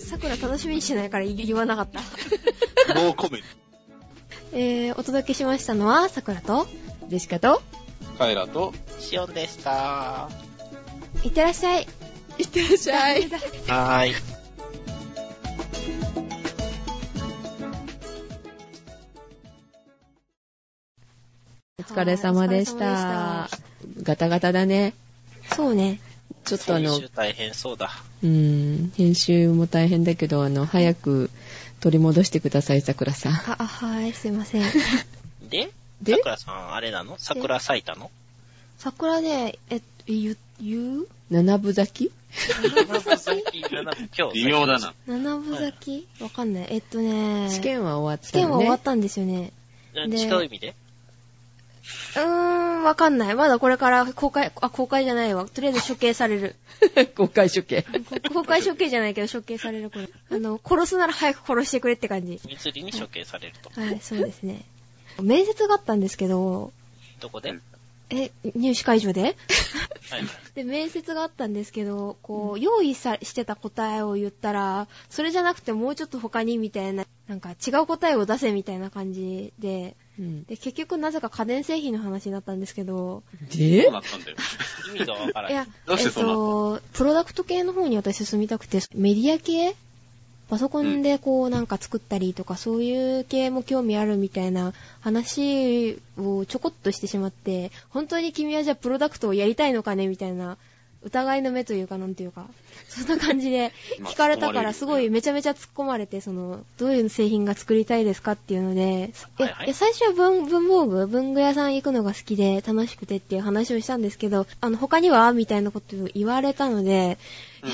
Speaker 2: さくら楽しみにしてないから言わなか *laughs* った。
Speaker 6: ノーコメン
Speaker 2: えー、お届けしましたのは、さくらと、
Speaker 1: でしかと、
Speaker 6: ト。カエラと、
Speaker 4: シオンでした。
Speaker 2: いってらっしゃい。
Speaker 1: いってらっしゃい。
Speaker 4: はーい。
Speaker 1: お疲れ様でし
Speaker 2: はいお疲れ様
Speaker 1: た
Speaker 2: で。
Speaker 1: ガタガタだね。
Speaker 2: そうね。
Speaker 1: ちょっとあの、
Speaker 4: 今週大変そうだ。
Speaker 1: うーん、編集も大変だけど、あの、早く取り戻してください、桜さん。
Speaker 2: あ、あはい、すいま *laughs* せん。
Speaker 4: で、
Speaker 1: で
Speaker 4: 桜さん、あれなの桜咲いたの
Speaker 2: 桜ね、えっと、言う、言う
Speaker 1: 七分咲き
Speaker 4: 今日
Speaker 3: 微妙だな。
Speaker 2: 七分咲きわかんない。えっとね、
Speaker 1: 試験は終わっ
Speaker 2: 試
Speaker 1: た
Speaker 2: 験
Speaker 1: の
Speaker 2: は
Speaker 1: ね。
Speaker 2: 終わったんですよね。で
Speaker 4: 違う意味で
Speaker 2: うーん、わかんない。まだこれから公開、あ、公開じゃないわ。とりあえず処刑される。
Speaker 1: *laughs* 公開処刑。
Speaker 2: 公開処刑じゃないけど処刑されるこれ。あの、殺すなら早く殺してくれって感じ。
Speaker 4: 密裏に処刑されると。
Speaker 2: はい、そうですね。面接があったんですけど、
Speaker 4: どこで、はい
Speaker 2: え、入試会場で *laughs*
Speaker 4: はい、
Speaker 2: で、面接があったんですけど、こう、用意さしてた答えを言ったら、それじゃなくてもうちょっと他にみたいな、なんか違う答えを出せみたいな感じで、
Speaker 1: うん
Speaker 2: で、結局なぜか家電製品の話になったんですけど、
Speaker 1: で
Speaker 6: どうなった
Speaker 2: *laughs*
Speaker 6: んだよ。
Speaker 4: 意味がわから
Speaker 2: い
Speaker 4: な
Speaker 2: や
Speaker 4: い。、
Speaker 6: どうしてそうなった
Speaker 2: えっと、プロダクト系の方に私進みたくて、メディア系パソコンでこうなんか作ったりとか、そういう系も興味あるみたいな話をちょこっとしてしまって、本当に君はじゃあプロダクトをやりたいのかねみたいな、疑いの目というかなんていうか、そんな感じで
Speaker 3: まあ
Speaker 2: 聞かれたからす
Speaker 3: 突っ
Speaker 2: ご
Speaker 3: 込まれるよね
Speaker 2: いめちゃめちゃ突っ込まれて、その、どういう製品が作りたいですかっていうので、いや
Speaker 4: はいはい
Speaker 2: いや最初は文文房具、文具屋さん行くのが好きで楽しくてっていう話をしたんですけど、あの、他にはみたいなことを言われたので、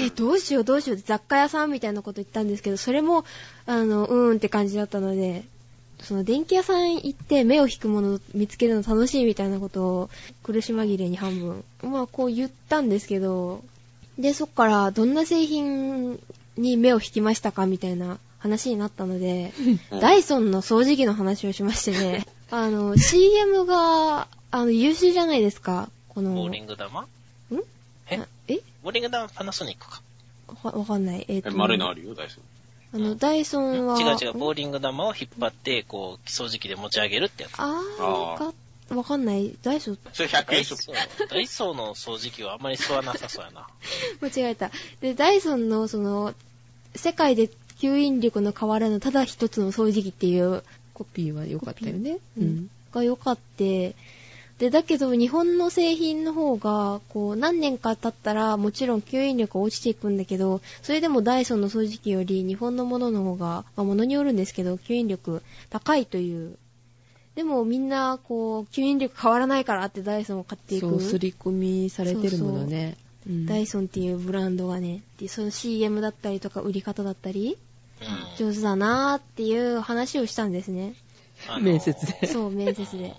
Speaker 2: え、どうしようどうしようって雑貨屋さんみたいなこと言ったんですけど、それも、あの、うーんって感じだったので、その電気屋さん行って目を引くものを見つけるの楽しいみたいなことを苦し紛れに半分、まあこう言ったんですけど、で、そっからどんな製品に目を引きましたかみたいな話になったので、ダイソンの掃除機の話をしまして
Speaker 4: *laughs*
Speaker 2: ね、あの、CM が、あの、優秀じゃないですか。この、
Speaker 4: ボーリング玉ボ
Speaker 2: ええ
Speaker 4: ーリング玉パナソニックか。
Speaker 2: わわかんない。えっ、
Speaker 6: え
Speaker 2: と、
Speaker 6: 丸いのあるよ、大丈
Speaker 2: あの、ダイソンは、
Speaker 4: 違う違う、
Speaker 2: ん
Speaker 4: ボーリング玉を引っ張って、こう、掃除機で持ち上げるってやつ。
Speaker 2: あ
Speaker 6: あ
Speaker 2: ー、わか、わかんない。ダイソン、 *laughs*
Speaker 6: 夫。それ100
Speaker 4: ダイ
Speaker 6: 円ショ
Speaker 4: ソ
Speaker 6: ップ。
Speaker 4: ー、ダイソーの掃除機はあんまり吸わなさそうやな。
Speaker 2: 間違えた。で、ダイソンの、その、世界で吸引力の変わらぬただ一つの掃除機っていう、
Speaker 1: コピーは良かったよね。
Speaker 2: う
Speaker 1: うんん。
Speaker 2: が良かって、で、だけど日本の製品の方が、こう、何年か経ったら、もちろん吸引力は落ちていくんだけど、それでもダイソンの掃除機より日本のものの方が、まあ、ものによるんですけど、吸引力高いという。でもみんな、こう、吸引力変わらないからってダイソンを買っていく。
Speaker 1: そう、刷り込みされてるものね。うん
Speaker 2: ダイソンっていうブランドがね、でその CM だったりとか売り方だったり、
Speaker 4: うん。
Speaker 2: 上手だなーっていう話をしたんです
Speaker 1: *laughs*
Speaker 2: ね。
Speaker 4: あのー
Speaker 1: 面接で。
Speaker 2: そう、面接で。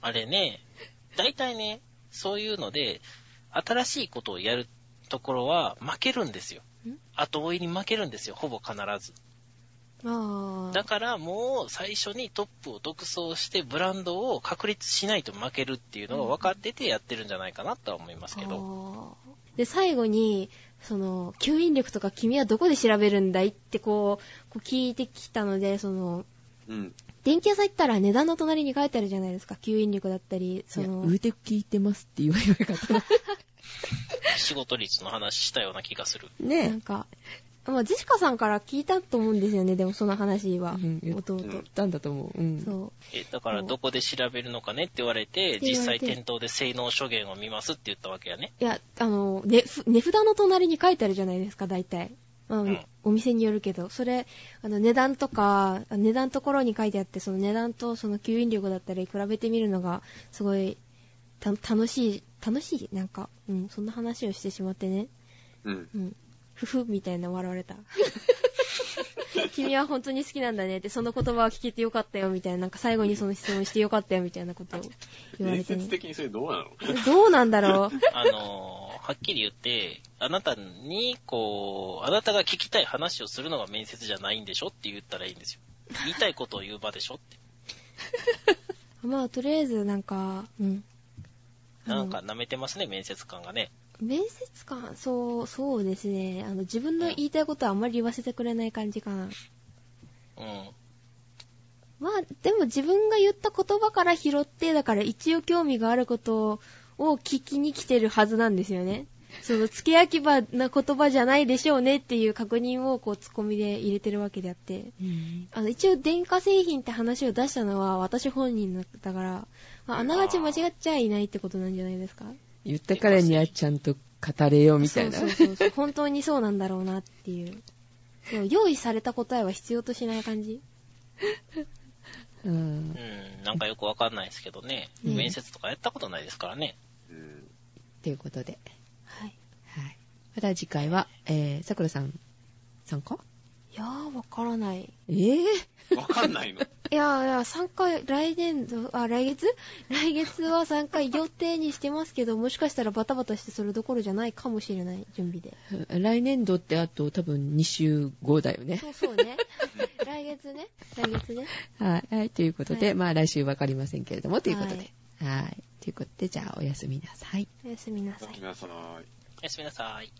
Speaker 4: あれね、大体ね、そういうので、新しいことをやるところは負けるんですよ
Speaker 2: ん。
Speaker 4: 後追いに負けるんですよ、ほぼ必ず。
Speaker 2: あ
Speaker 4: だ
Speaker 2: あ、
Speaker 4: からもう最初にトップを独走してブランドを確立しないと負けるっていうのが分かっててやってるんじゃないかなとは思いますけど。
Speaker 2: あーで、最後に、その、吸引力とか君はどこで調べるんだいってこう、こう聞いてきたので、その、
Speaker 3: うん。
Speaker 2: 電気屋さん行ったら値段の隣に書いてあるじゃないですか。吸引力だったり、そ
Speaker 1: いや
Speaker 2: の、
Speaker 1: 上で聞いてますって言わればよかったな。
Speaker 4: 仕事率の話したような気がする。
Speaker 1: *laughs*
Speaker 2: な
Speaker 1: ね
Speaker 2: んか、まあ、ジェシカさんから聞いたと思うんですよね、でもその話は
Speaker 1: う。ん、言っ
Speaker 2: 弟。
Speaker 1: たんだと思う。うん。
Speaker 2: そう。
Speaker 4: えだからどこで調べるのかねって言われて、
Speaker 2: 言
Speaker 4: 実
Speaker 2: われ
Speaker 4: 際
Speaker 2: て
Speaker 4: 店頭で性能諸言を見ますって言ったわけやね。
Speaker 2: いや、あの、ねふ値札の隣に書いてあるじゃないですか、大体。まあ、
Speaker 4: ん
Speaker 2: お店によるけど、それ、あの、値段とか、あ値段のところに書いてあって、その値段とその吸引力だったり比べてみるのが、すごい、た楽しい、楽しい、なんか、うん、そんな話をしてしまってね、
Speaker 3: うん。
Speaker 2: うん、ふふ、みたいな笑わ
Speaker 6: *laughs*
Speaker 2: れた。君は本当に好きなんだねって、その言葉を聞けてよかったよ、みたいな、なんか最後にその質問してよかったよ、みたいなことを言われ
Speaker 6: 伝
Speaker 2: てね
Speaker 6: 説。的にそれどうなの
Speaker 2: どうなんだろ
Speaker 4: あのーはっきり言って、あなたに、こう、あなたが聞きたい話をするのが面接じゃないんでしょって言ったらいいんですよ。言いたいことを言う場でしょって。
Speaker 2: う。まあ、とりあえず、なんか、うん。あ
Speaker 4: な
Speaker 2: の
Speaker 4: んか舐めてますね、面接官がね。
Speaker 2: 面接官、そう、そうですね。あの、自分の言いたいことはあんまり言わせてくれない感じかな。
Speaker 4: うん。
Speaker 2: まあ、でも自分が言った言葉から拾って、だから一応興味があることを聞きに来てるはずなんですよね。その、付け焼き場な言葉じゃないでしょうねっていう確認を、こう、ツッコミで入れてるわけであって。
Speaker 1: うん
Speaker 2: あの、一応電化製品って話を出したのは私本人だったから、まああながち間違っちゃいないってことなんじゃないですか
Speaker 1: 言ったからにはちゃんと語れよみたいな
Speaker 2: そうそうそうそう。本当にそうなんだろうなっていう。そう用意された答えは必要としない感じ
Speaker 1: うん
Speaker 4: うん、なんかよくわかんないですけどね。
Speaker 1: うん
Speaker 4: 面接とかやったことないですからね。
Speaker 6: うん。
Speaker 1: ということで、
Speaker 2: はい。
Speaker 1: はい、また次回はえーさくらさん参加
Speaker 2: いやー、わからない。
Speaker 1: えー、
Speaker 6: わかんないの。
Speaker 2: いやーいや、3回、来年度、あ、来月来月は3回予定にしてますけど、もしかしたらバタバタしてそれどころじゃないかもしれない、準備で。
Speaker 1: 来年度ってあと多分2週後だよね
Speaker 2: そうそうね。来月ね。来月ね。
Speaker 1: はい、はい、ということで、
Speaker 2: はい
Speaker 1: まあ来週わかりませんけれどもということ
Speaker 2: は
Speaker 1: ではいということでじゃあおやすみなさい
Speaker 2: おやすみなさい。
Speaker 6: 皆さん、
Speaker 4: おやすみなさい。